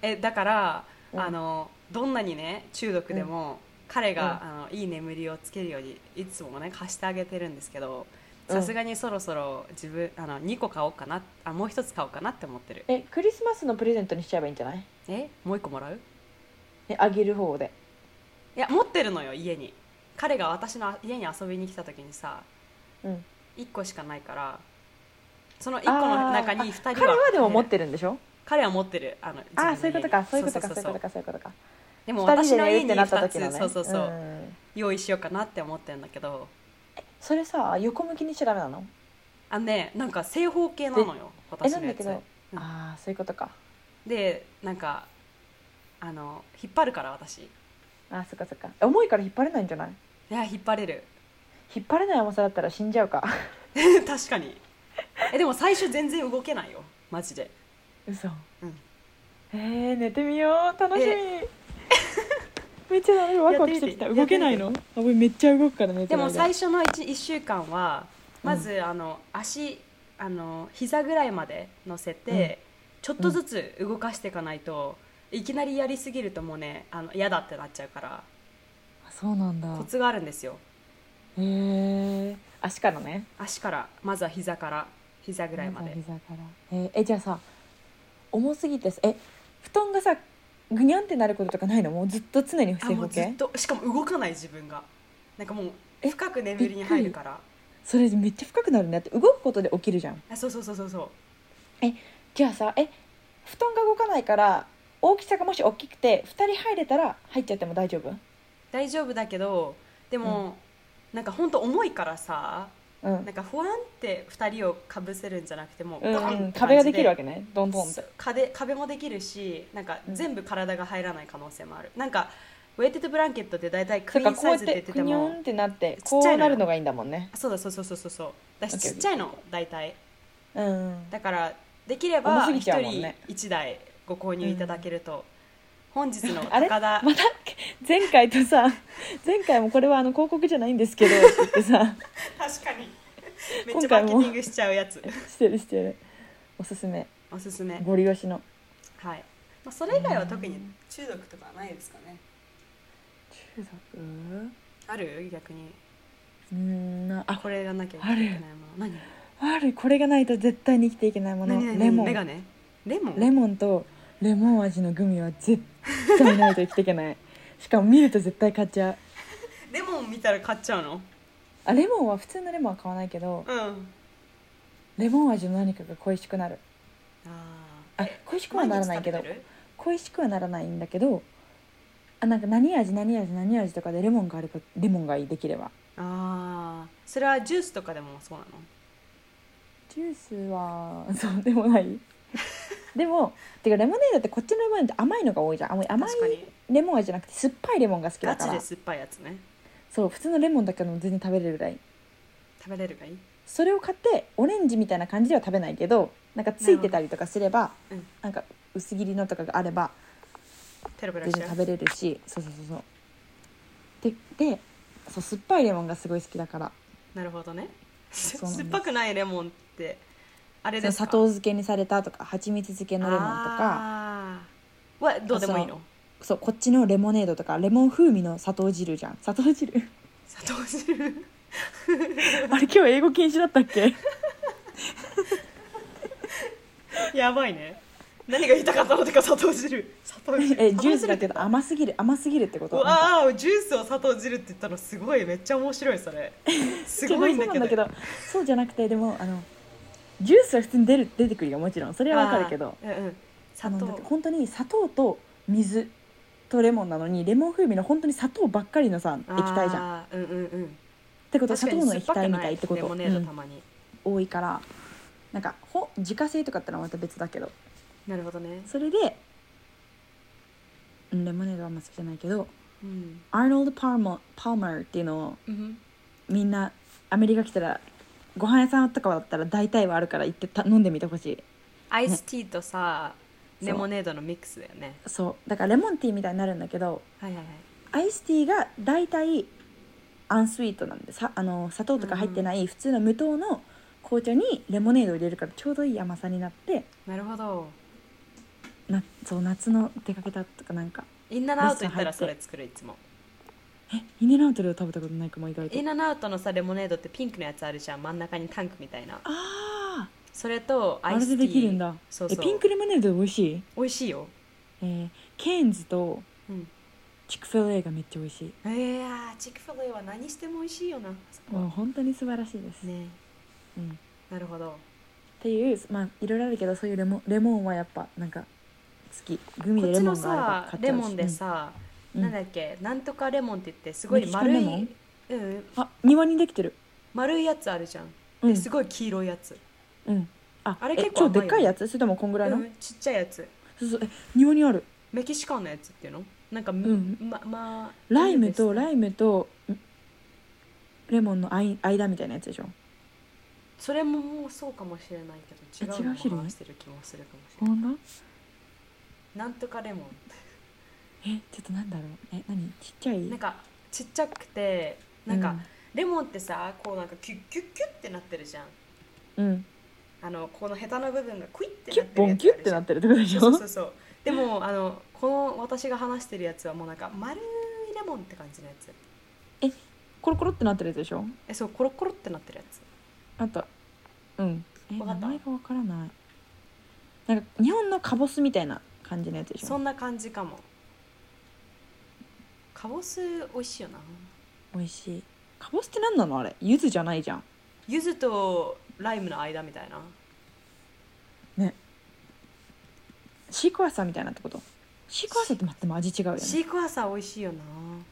えだから、うんあのどんなにね中毒でも、彼が、あのいい眠りをつけるようにいつもね貸してあげてるんですけどうんさすがにそろそろ自分あの2個買おうかなあもう1つ買おうかなって思ってるえクリスマスのプレゼントにしちゃえばいいんじゃないえもう1個もらうえあげる方でいや持ってるのよ家に彼が私の家に遊びに来た時にさ、うん一1個しかないからその1個の中に2人は彼はでも持っるてるんでしょ彼は持ってるあの自分のあーそういうことかそういうことかそそううそいうそううことかそういうことかでも2私人での家寝るっにてなった2時つ、のねそうそうそう、ん用意しようかなって思ってるんだけどそれさ横向きにしちゃダメなのあのねなんか正方形なのよえ私なんのだやけつどああそういうことかでなんかあの引っ張るから私いあそっかそっか重いから引っ張れないんじゃないや引っ張れる [LAUGHS] 引っ張れない重さだったら死んじゃうか確かにえでも最初全然動けないよマジで嘘うんえー、寝てみよう楽しみえ [LAUGHS] めっちゃダメワクワクしてやきたってみて動けないのあめっちゃ動くから寝てでる間も最初の 1, 一週間はまず、あの足あの膝ぐらいまで乗せて、ちょっとずつ動かしていかないと、いきなりやりすぎるともうねあの嫌だってなっちゃうからあそうなんだコツがあるんですよへえ足からね足からまずは膝から膝ぐらいまで膝からえーえじゃあさ重すぎてさえ布団がさぐにゃんってなることとかないのもうずっと常に不あ正も方うずっ形としかも動かない自分がなんかもうえ深く眠りに入るからそれめっちゃ深くなるんだって動くことで起きるじゃんあそうそうそうそうそうじゃあさえ布団が動かないから大きさがもし大きくて2人入れたら入っちゃっても大丈夫大丈夫だけどでも、なんか本当重いからさうん、なんかふわんって2人をかぶせるんじゃなくてもうんうんって壁ができるわけけねどんどんって壁壁もできるしなんかうん全部体が入らない可能性もある、なんかウェイテッドブランケットって大体クそっイかーンこうサやイっズって言てってくてにょもんってなってちっちゃいこのようなるのがいいんだもんねあそうだそうそうそうそうそうだし OK ちっちゃいの大体うんうんだからできれ重ばす1ぎちゃうもん人ね1台ご購入いただけると、本日のあれ高 [LAUGHS] 田また前回とさ前回もこれはあの広告じゃないんですけどって言ってさ [LAUGHS] 確かにめっちゃ今マ回ーケもティングしちゃうやつしてるしてるおすすめおすすめゴリ押しのはい、まあ、それ以外は特に中毒とかはないですかね中毒ある逆にうんなあこれがなきゃいけないもの何あるこれがないと絶対に生きていけないもの何何レモメガンネレモンレモンとレモン味のグミは絶対ないと生きていけ [LAUGHS] ないしかも見ると絶対買っちゃうレモン見たら買っちゃうのあレモンは普通のレモンは買わないけどうんレモン味の何かが恋しくなるあーあ恋しくはならないけど毎日食べてる恋しくはならないんだけどあなんか何味何味何味とかでレモンがあればレモンがいいできればああそれはジュースとかでもそうなのジュースは [LAUGHS] そうでもない [LAUGHS] でもてかレモネードってこっちのレモネードって甘いのが多いじゃん甘い甘い確かにレモン味じゃなくて酸っぱいレモンが好きだガかチでら酸っぱいやつねそう普通のレモンだけでも全然食べれるぐらい食べれるがいいそれを買ってオレンジみたいな感じでは食べないけどなんかついてたりとかすればなるほどうんなんか薄切りのとかがあればペロペロ全しち然ゃ食うべれるしそうそうそうそうででそう酸っぱいレモンがすごい好きだからなるほどねそうなんです酸っぱくないレモンってあれそでうすか砂糖漬けにされたとか蜂蜜漬けのレモンとかあーはどうでもいいのそうこっちのレモネードとかレモン風味の砂糖汁じゃん砂糖 [LAUGHS] 汁砂糖汁あれ今日英語禁止だった [LAUGHS] っけやばいね何が言いたかったのってか砂糖汁砂糖汁 [LAUGHS] えジュース砂糖汁っだてけど甘すぎる甘すぎるってことうわあジュースを砂糖汁って言ったのすごいめっちゃ面白いそ [LAUGHS] れすごいんだけどそうなんだけどそうじゃなくてでもあのジュースは普通に出る出てくるよもちろんそれはわかるけどあーうんうん、あ砂の糖だって本当に砂糖と水とレモンなのにレモン風味の本当に砂糖ばっかりのさ液体じゃんっんうんうんうんてことは確か砂糖にの酸っ液ぱく体みなたいってこと、レモネーうドんたまに、多いからなんかほ自家製とかってのはまた別だけどなるほどね、それでうんレモネードはあんま好きじゃないけどうんアーノルド・パーマパーマーっていうのをうん、みんなアメリカ来たらご飯屋さんとかだったら大体はあるから行ってた飲んでみてほしいアイスティーとさ、そうレモネードのミックスだよねそうだからレモンティーみたいになるんだけどはいはいはいアイスティーが大体アンスイートなんでさあの砂糖とか入ってない普通の無糖の紅茶にレモネードを入れるからちょうどいい甘さになってなるほどなそう夏の出かけたとかなんかインナーアウト行ったらレッスそン入れって作るいつもえインディナウトルを食べたことないかも意外とインナーアウトのさレモネードってピンクのやつあるじゃん真ん中にタンクみたいなあそれとあアあイれスティでーできるんだそうそうえピンクレモネード美味しい、美味しいよ、えーケーンズとうん、チクフィレがめっちゃ美味しいえー、チクフィレは何しても美味しいよなあそこはもう本当に素晴らしいです、ねうん、っなるほどていうまあいろいろあるけどそういうレモンレモンはやっぱなんか好きグミこでっレちモのンがあされば買っちゃうしレモンでさ、うんなんだっけなんとかレモンって言ってすごい丸メキシカンい、うん、うんあ庭にできてる丸いやつあるじゃん、うんですごい黄色いやつ、うんああれえ結構甘いよ超でっかいやつそれともこんぐらいの、うんちっちゃいやつそうそうえ庭にあるメキシカンのやつっていうのなんか、んままライムとイムライムとんレモンのあい間みたいなやつでしょそれももうそうかもしれないけど違うの違う種類も話してる気もするかもしれほないんとなんとかレモえちょっとなんだろうえ何ちっちゃいンなんかちっちゃくてなんか、レモンってさこうなんかキュッキュッキュッってなってるじゃんうん、うん、あのこのヘタの部分がクイってキュッポンキュッてなっててるってことでしるょやつあるじゃんそうそうそうでもあのこの私が話してるやつはもうなんか丸いレモンって感じのやつコロコロってなってるやつでしょえそうコロコロってなってるやつあとうんえ名わかった前がわからないなんか日本のカボスみたいな感じのやつでしそょんな感じかもカボス美味しいよな美味しいカボスって何なのあれ柚子じゃないじゃん柚子とライムの間みたいなシークワーサーみたいなってことシークワーサーってまたでも味違うよねシークワーサー美味しいよな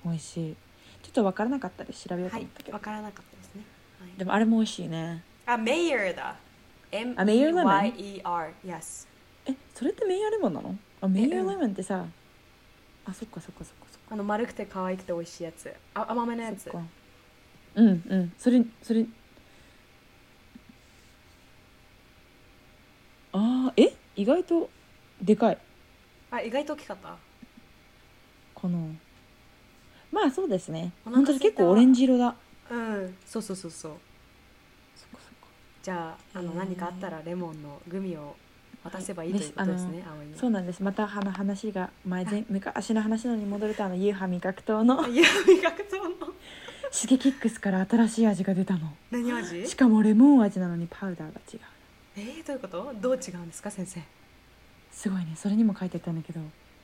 美味しいちょっと分からなかったです調べようとは思いったけど、わからなかったですね、はいでもあれも美味しいねあメイヤーだ M あメイヤーレモン Y E R yes えそれってメイヤーレモンなのあメイヤーレモンってさあそっかそっかそっかそっかあの丸くて可愛くて美味しいやつあ甘めのやつそっかうんうんそれそれあーえ意外とでかいあ意外と大きかったかなまあそうですねお腹本当に空い結た構オレンジ色だうんそうそうそうそうそっかそっかじゃああのへー何かあったらレモンのグミを渡せばいいということですね、葵にそうなんですまたあの話が前前昔の話なのに戻るとあのユーハ味覚糖の [LAUGHS] あ [LAUGHS] いや味覚糖のシゲキックスから新しい味が出たの何味しかもレモン味なのにパウダーが違う [LAUGHS] えー、どういうことどう違うんですか先生すごいねそれにも書いてあったんだけど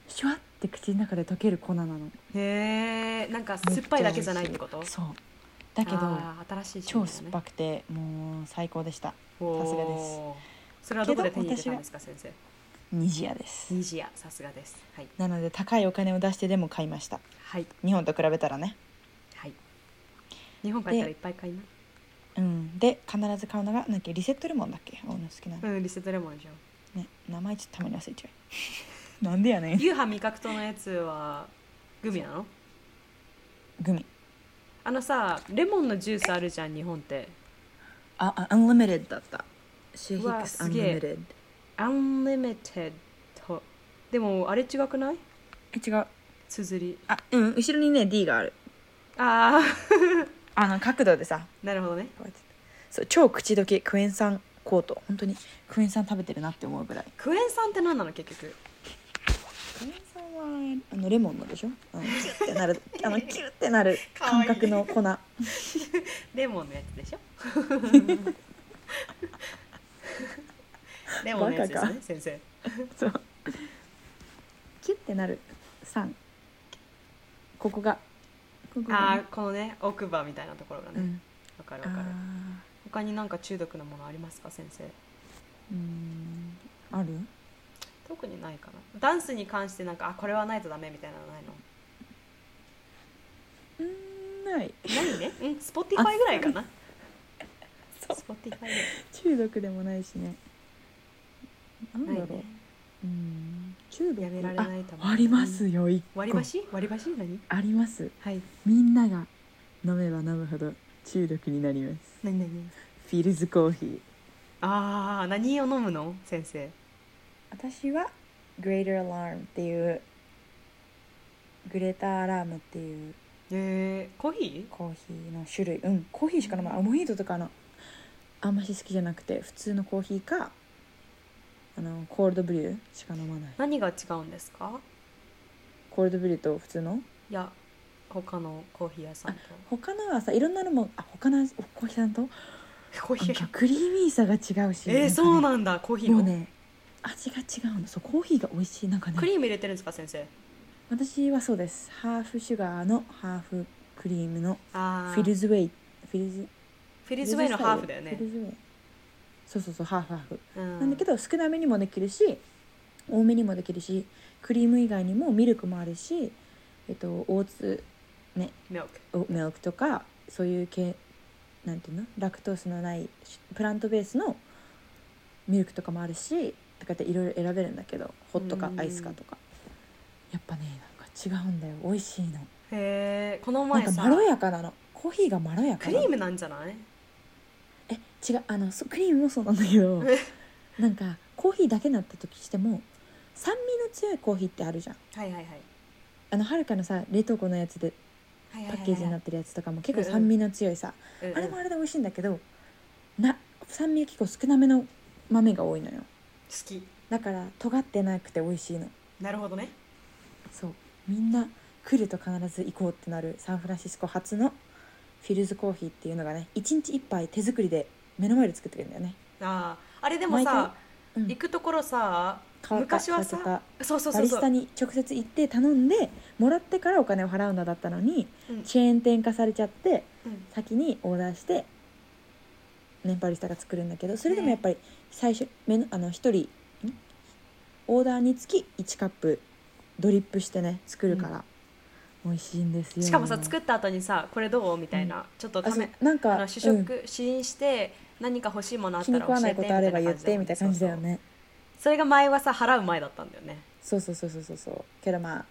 シュワって口の中で溶ける粉なのへえなんか酸っぱいだけじゃないってことそうだけどあー新しい超酸っぱくくてもう最高でしたささすがですそれはどこで手に入れたんですか先生ニジアですニジアさすがですはいなので高いお金を出してでも買いましたはい日本と比べたらねはい日本帰ったらいっぱい買いうんで必ず買うのがなんだっけリセットレモンだっけ青の好きなのなうんリセットレモンじゃん [LAUGHS] ね名前ちょっとたまに忘れちゃう [LAUGHS] なんでやねんユーハ味覚糖のやつはグミなのグミあのさレモンのジュースあるじゃん日本ってああアンリミテッドだったシェヒうッわクスアすンげリえミテッアンリミテッドでもあれ違くないドえ違う綴りあうん後ろにね D があるああの角度でさあ [LAUGHS] なるほどねこうやってそう超口どけクエン酸コート本当にクエン酸食べてるなって思うぐらいクエン酸って何なの結局クエン酸はあのレモンのでしょ、 [LAUGHS] うん、キュッてなるあのキュッてなる感覚の粉レモンのやつでしょ [LAUGHS] レモンのやつですね先生そうキュッてなる酸ここがここがあねあこのね奥歯みたいなところがうねんわかるあわかるー他になんか中毒なものありますか先生うーんある特にないかなダンスに関してなんかあこれはないとダメみたいなのないのうーんないないねうんスポティファイぐらいかなそうスポティファイ [LAUGHS] 中毒でもないしねなんぐらいだないろう、ねうーん中毒やめられないとあありますよ一個割り箸割り箸何ありますはいみんなが飲めば飲むほど中毒になります何何フィルズコーヒーああ何を飲むの先生私はグレーターアラームっていうグレーターアラームっていうえー、コーヒコーヒーの種類うんコーヒーしか飲まないあモヒートとかのあんまし好きじゃなくて普通のコーヒーかあのコールドブリューしか飲まないー何が違うんですかコールドブリューと普通のいや他のコーヒー屋さんと他のはさいろんなのもあ他のコーヒーさんとコーヒー屋さんクリーミーさが違うしえー、そうんかなんだコーヒねーもの、うね味が違うのそうコーヒーが美味しいなんかねクリーム入れてるんですか先生私はそうですハーフシュガーのハーフクリームのあーフィルズウェイフィルズフフィィリズウェイのハーフだよねフィ、ルズウェイそうそうそうハーフハーフ、うん、なんだけど少なめにもできるし多めにもできるしクリーム以外にもミルクもあるしえっとオーツミルクオミルクとかそういう系なんていうのラクトースのないプラントベースのミルクとかもあるしとかっていろいろ選べるんだけどホットかうんアイスかとかやっぱねなんか違うんだよ美味しいのへえこのなん前かさまろやかなのコーヒーがまろやクかなリのームなんじゃないえ違うあのそうクリームもそうなんだけどえなんかコーヒーだけになった時しても酸味の強いコーヒーってあるじゃんはいはいはいあのはるかのさ冷凍庫のやつではいはいはいパはいッケージになってるやつとかも結構うんうん酸味の強いさ、うんうんあれもあれで美味しいんだけどな酸味が結構少なめの豆が多いのよ好きだから尖ってなくて美味しいのなるほどねそうみんな来ると必ず行こうってなるサンフランシスコ初のフィルズコーヒーっていうのがね1日1杯手作りで目の前で作ってくれるんだよね、あーあれでも毎さ、うん、行くところさ乾か昔はさとかそうそうバそうリそスタうに直接行って頼んでもらってからお金を払うのだったのに、うんチェーン店化されちゃってうん先にオーダーして年配リスタが作るんだけどそれでもやっぱり最初目のあの1人んオーダーにつき1カップドリップしてね作るから、美味しいんですよしかもさ作った後にさこれどうみたいな、ちょっとあたそうめなんあかの試うん食、試飲して何か欲しいものあっ気たにら食教わなえいてことあれば言ってみたいな感じだよそうねそうそれが前はさ払う前だったんだよねそうそうそうそうそうそうけどまあ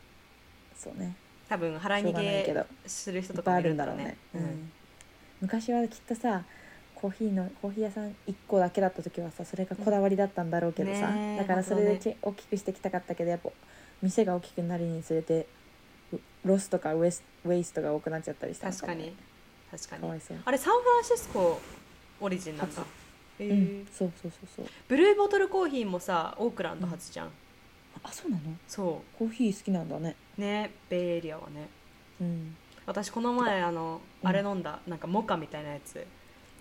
そうね多分払いしょう逃がないけげどする人いっとかぱいもあいるるんんだだろろううねね、、うん昔はきっとさコーヒーのコーヒー屋さん1個だけだった時はさそれがこだわりだったんだろうけどさ、うんねえだからそれ本で当ち大きくしてきたかったけどやっぱ店が大きくなりにつれてうロスとかウエスウェイストが多くなっちゃったりしたの確かもにね確かかわにいそう、あれサンフランシスコオリジンなんだ初へうーん、そうそうそうそうブルーボトルコーヒーもさオークランド発じゃん、あそうなのそコーヒー好きなんだねうねベイエリアはねうん私この前あの、うんあれ飲んだなんかモカみたいなやつ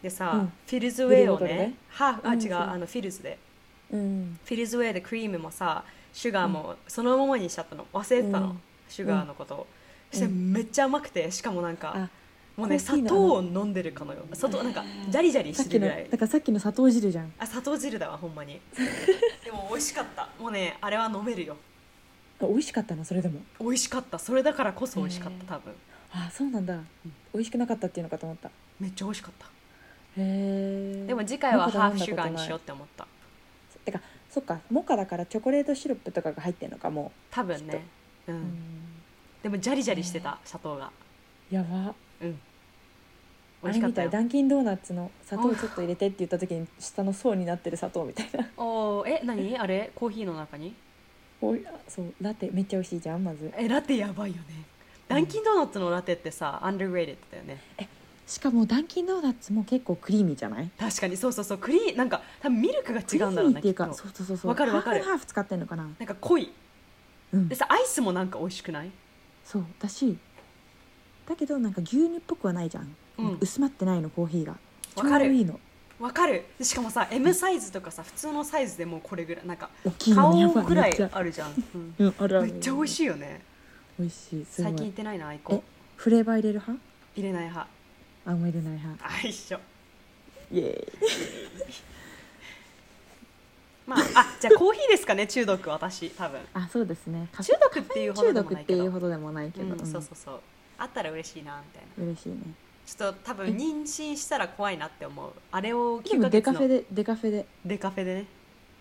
でさ、うんフィルズウェイをブルーボトルねねハーフあうん違う、そうあのフィルズでうんフィルズウェイでクリームもさシュガーもそのままにしちゃったの忘れてたの、うんシュガーのことを、うんしてめっちゃ甘くてしかもなんかあもうねコーヒ砂ーの糖を飲んでるかのよ砂糖なんかジャリジャリさっしてきるのぐだらいからさっきの砂糖汁じゃんあ砂糖汁だわほん [LAUGHS] まにでも美味しかったもうねあれは飲めるよあ美味しかったのそれでも美味しかったそれだからこそ美味しかっへーた多分あそうなんだ、美味しくなかったっていうのかと思ったへめっちゃ美味しかったえでも次回はハーフシュガーにしよううって思ったてかそっかモカだからチョコレートシロップとかが入ってんのかも多分きっねうん、う、でもジャリジャリしてた砂糖がやばうん美あ味しれかっみたたいよダンキンドーナツの砂糖ちょっと入れてって言った時に下の層になってる砂糖みたいなおーえ何あれコーヒーの中においあそうラテめっちゃ美味しいじゃんまずえラテやばいよねダンキンドーナツのラテってさ、アンダーグレイデッドだよねしかもダンキンドーナツも結構クリーミーじゃない確かにそうそうそうクリーなんか多分ミルクが違うんだろうねクリーミーっていうきかっとそうそうそうそうわかるわかるハーフハーフ使ってんのかななんか濃いうんでさアイスもなんか美味しくないそうだしだけどなんか牛乳っぽくはないじゃん、うん薄まってないのコーヒーがわかるちょうどいいのわかるしかもさ M サイズとかさ普通のサイズでもうこれぐらいなんか大きいのね顔やばぐらめっいちゃあるじゃん、うんうんあるあめるっちゃ美味しいよね美味しいすご最い近行ってないなアイコンえフレーバー入れる派入れない派あんま入れない派あ一緒イエーイまああじゃあコーヒーですかね中毒私多分あそうですねカフ中毒っていうほどで中も毒なっいてけいうどほどでもないけど、うん、そうそううそうあったら嬉しいなみたいなん嬉しいねちょっと多分妊娠したら怖いなって思うあれをで9もヶデ月カのフェでデカフェでデカフェでね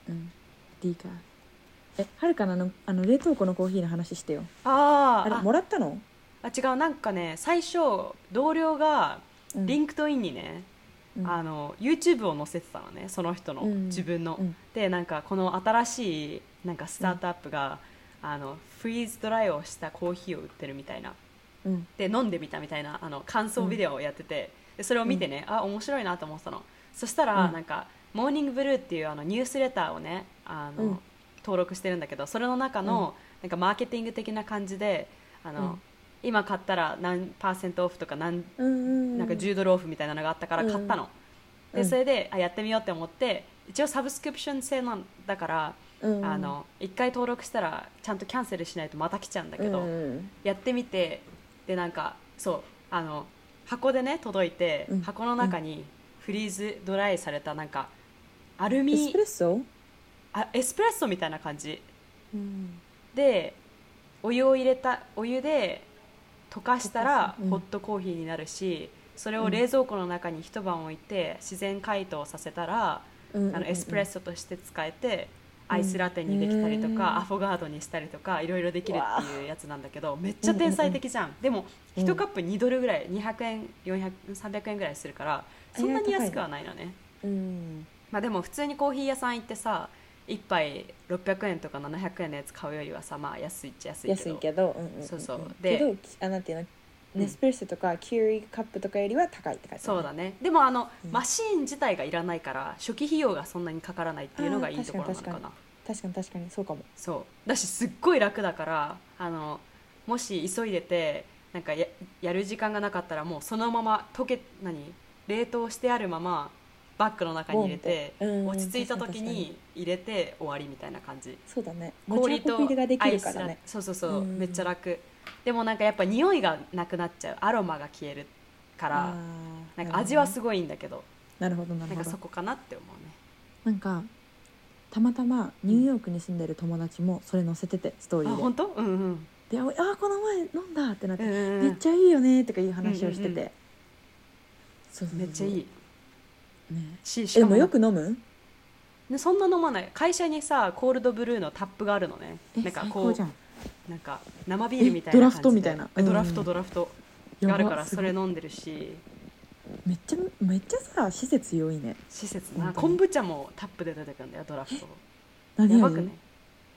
うんディカえはるかなのあの冷凍庫のコーヒーの話してよああれーもらったのああ違うなんかね最初同僚がうんリンクトインにね、うんあの YouTube を載せてたのねその人の、うん自分の、うんでなんかこの新しいなんかスタートアップが、あのフリーズドライをしたコーヒーを売ってるみたいなうんで飲んでみたみたいなあの感想ビデオをやってて、でそれを見てね、あ面白いなと思ってたのそしたら、うんなんか「モーニングブルー」っていうあのニュースレターをねあの、うん登録してるんだけどそれの中の、なんかマーケティング的な感じであの、うん今買ったら何パーセントオフとか何うんうんなんか10ドルオフみたいなのがあったから買ったの、うでんそれであやってみようって思って一応サブスクリプション制なんだから、うんあの1回登録したらちゃんとキャンセルしないとまた来ちゃうんだけど、うんうんやってみてでなんかそうあの箱でね届いて、うん箱の中にフリーズドライされたなんかアルエスミプレッソ、あエスプレッソみたいな感じでお湯を入れたお湯で溶かしたら溶かすうんホットコーヒーになるし、それを冷蔵庫の中に一晩置いて自然解凍させたら、うんうんうんうんあのエスプレッソとして使えて、アイスラテにできたりとうんかアフォガードにしたりとかいろいろできるっていうやつなんだけどめっちゃ天才的じゃんでもうん1カップ2ドルぐらい200円400 300円ぐらいするからそんなに安くはないのね、うんまあでも普通にコーヒー屋さん行ってさ1杯600円とか700円のやつ買うよりはさまあ安いっちゃ安いけ安どいけど、うんうんんんそうそうでけどきあなんていうのうんネスプレッソとかキュウリカップとかよりは高いって感じそうだねでもあの、うんマシーン自体がいらないから初期費用がそんなにかからないっていうのがいいところなのかあー確かにな確か確かに確かにそうかもそうだしすっごい楽だからあのもし急いでてなんかややる時間がなかったらもうそのまま溶け何冷凍してあるままバッグの中に入れてボンってうんうん落ち着いた時確かに確に入れて終わりみたいな感じそうだね持ち氷と運びがでアきイるスからラねそうそうそう、うんめっちゃ楽でもなんかやっぱ匂いがなくなっちゃうアロマが消えるからなんか味はすごいんだけどなるほどななるんかほどそこかなって思うねなんかたまたまニューヨークに住んでる友達もそれ載せててストーリあー本当うんうんででああこの前飲んだってなっうてんうんうめっんちゃいいよねとかいう話をしてうんうんうてそうそうそうめっちゃいいねししえでかももよく飲むねそんな飲まない会社にさコールドブルーのタップがあるのねえなんか最こ高うじゃんなんか生ビールみたいなえドラフト感じみでたいなえドラフうトんドラフトやがばあるからすそごいれ飲んでるしめっちゃめっちゃさ施設良いね施設本な当昆に布茶もタップで出てくるんだよドラフト何や味ばくね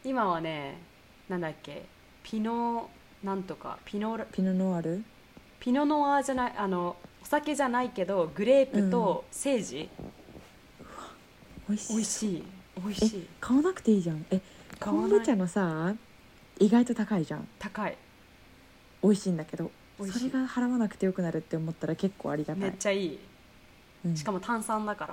今はねなんだっけピノなんとかピノピノノワールピノノアーじゃないあのお酒じゃないけどグレープとセージ、美味しい美味しい美味しい買わなくていいじゃんえ買わな昆い布茶のさ意外と高いじゃん高い美味しいんだけど美味そしれいが払わなくてよくなるって思ったら結構ありがためっい、ちゃいいうん、しかも炭酸だか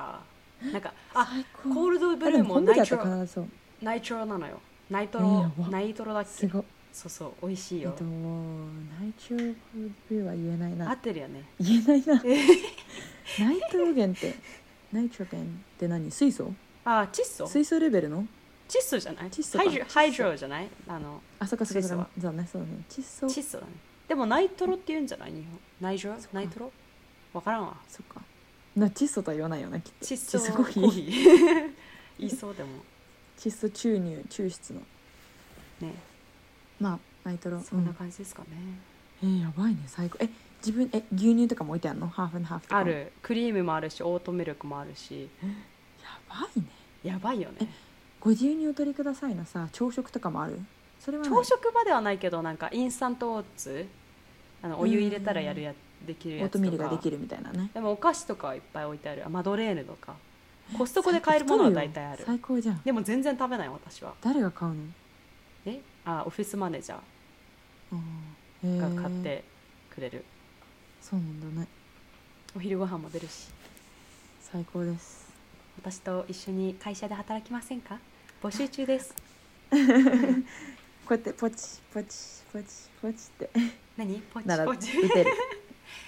らなんかあ最コ高ールドブあルでーもも昆布ナイ茶っトてロ必ずそうナイトロなのよナイトえローやばナイトロだっすけごいそうそう美味しいえっよとナイトロブルーは言えない合っなてるよね言えないなえナイトロゲンってナイトロゲンって何水素あ窒素窒水素レベルの素じゃない窒素ハかイドロ窒素ハイドロじゃないあのあそっかそっ水かそ素っはかそうねそうね窒素窒素だねでもナイトロって言うんじゃない日本ナイトロそうかナイトロわからんわそっかな窒素とは言わないよねきっと窒素ココーヒーーヒー [LAUGHS] 言いそうでも窒素注入抽出のねまあナイトロそんなうん感じですかねえーやばいね最高え自分え牛乳とかも置いてあるのハーフハーフとかあるクリームもあるしオートミルクもあるしやばいねやばいよねご自由にお取りくださいのさ朝食とかもあるそれはない朝食まではないけどなんかインスタントオーツあのお湯入れたらやるやできるオーやつとかトミールができるみたいなねでもお菓子とかはいっぱい置いてあるあマドレーヌとかコストコで買えるものは大体ある最高じゃんでも全然食べない私は誰が買うのえあオフィスマネージャあーへーーが買ってくれる、そうなんだねお昼ご飯も出るし最高です私と一緒に会社で働きませんか募集中 [LAUGHS] ですこうやってポチポチポチポチって何ポチならポ打チてる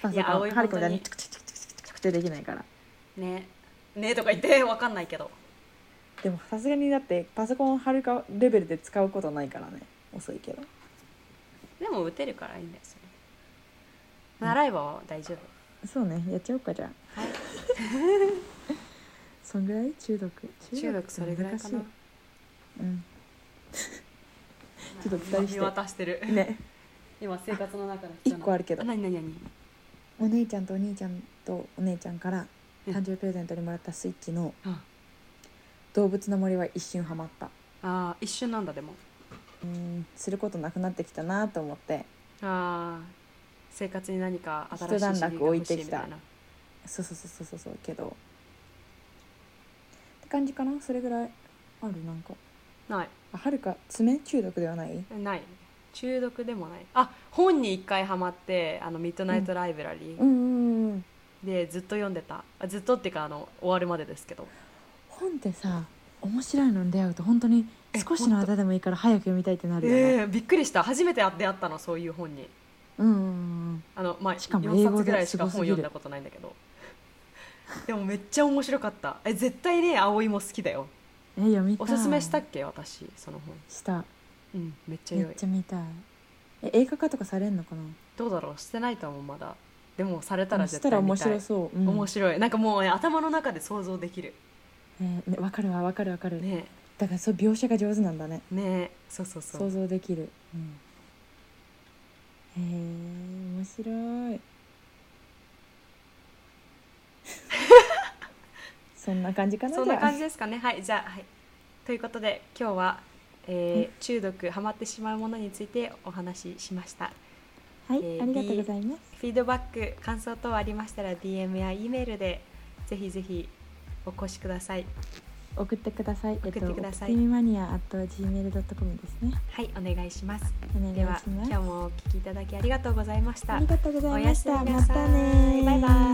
パソいやコ葵ンハルコみたい本当ににチクチクチクチクチクチクってできないから [LAUGHS] ねねとか言ってわかんないけどでもさすがにだってパソコンはるかレベルで使うことないからね遅いけどでも打てるからいいんだよそれ習えば大丈夫そうねやっちゃおうかじゃあはいそんぐらい中毒中学それぐらいかな難しいうんちょっと期待して見渡してるね今生活の中の一個あるけど何何何お姉ちゃんとお兄ちゃんとお姉ちゃんからうん誕生日プレゼントにもらったスイッチのあ「動物の森」は一瞬ハマったあー一瞬なんだでもうんすることなくなってきたなと思ってああ生活に何か新しい一段落刺激が欲しみ置いてきなそうそうそうそうそうそうけどって感じかなそれぐらいあるなんかないあはるか爪中毒ではないない中毒でもないあ本に一回ハマってあのミッドナイトライブラリうーんうんうんでずっと読んでたあずっとっていうかあの終わるまでですけど本ってさ面白いのに出会うと本当にえ少しの間でもいいから早く読みたいってなるよね、ええびっくりした初めて出会ったのそういう本にうんうんうんあのまあしかも4英語冊でぐらいしか本すごすぎ読んるだことないんだけど [LAUGHS] でもめっちゃ面白かったえ絶対ね葵も好きだよえ読みたおいすすめしたっけ私その本したうんめっちゃめ良いっちゃ見たいえ映画化とかされんのかなどうだろうしてないと思うまだでもされたらし絶た対ら面見たい白そう、うん面白いなんかもうね頭の中で想像できるえーねわかるわわかるわかる、ねだからそう描写が上手なんだねねそうそうそう想像できる、うん、へえ [LAUGHS] 面白いそんな感じかなそんな感じじゃですかねはいじゃあ、はい、ということで今日は、えー中毒ハマってしまうものについてお話ししましたあはい、えーありがとうございますフィードバック感想等ありましたら DM や E メールでぜひぜひお越しください送ってください送ってくださいえっと、ミマニア at gmail.com ですねはいお願いしますお願いでしはます今日もお聞きいただきありがとうございましたありがとうございましたおやすみなまさいたねバイバイ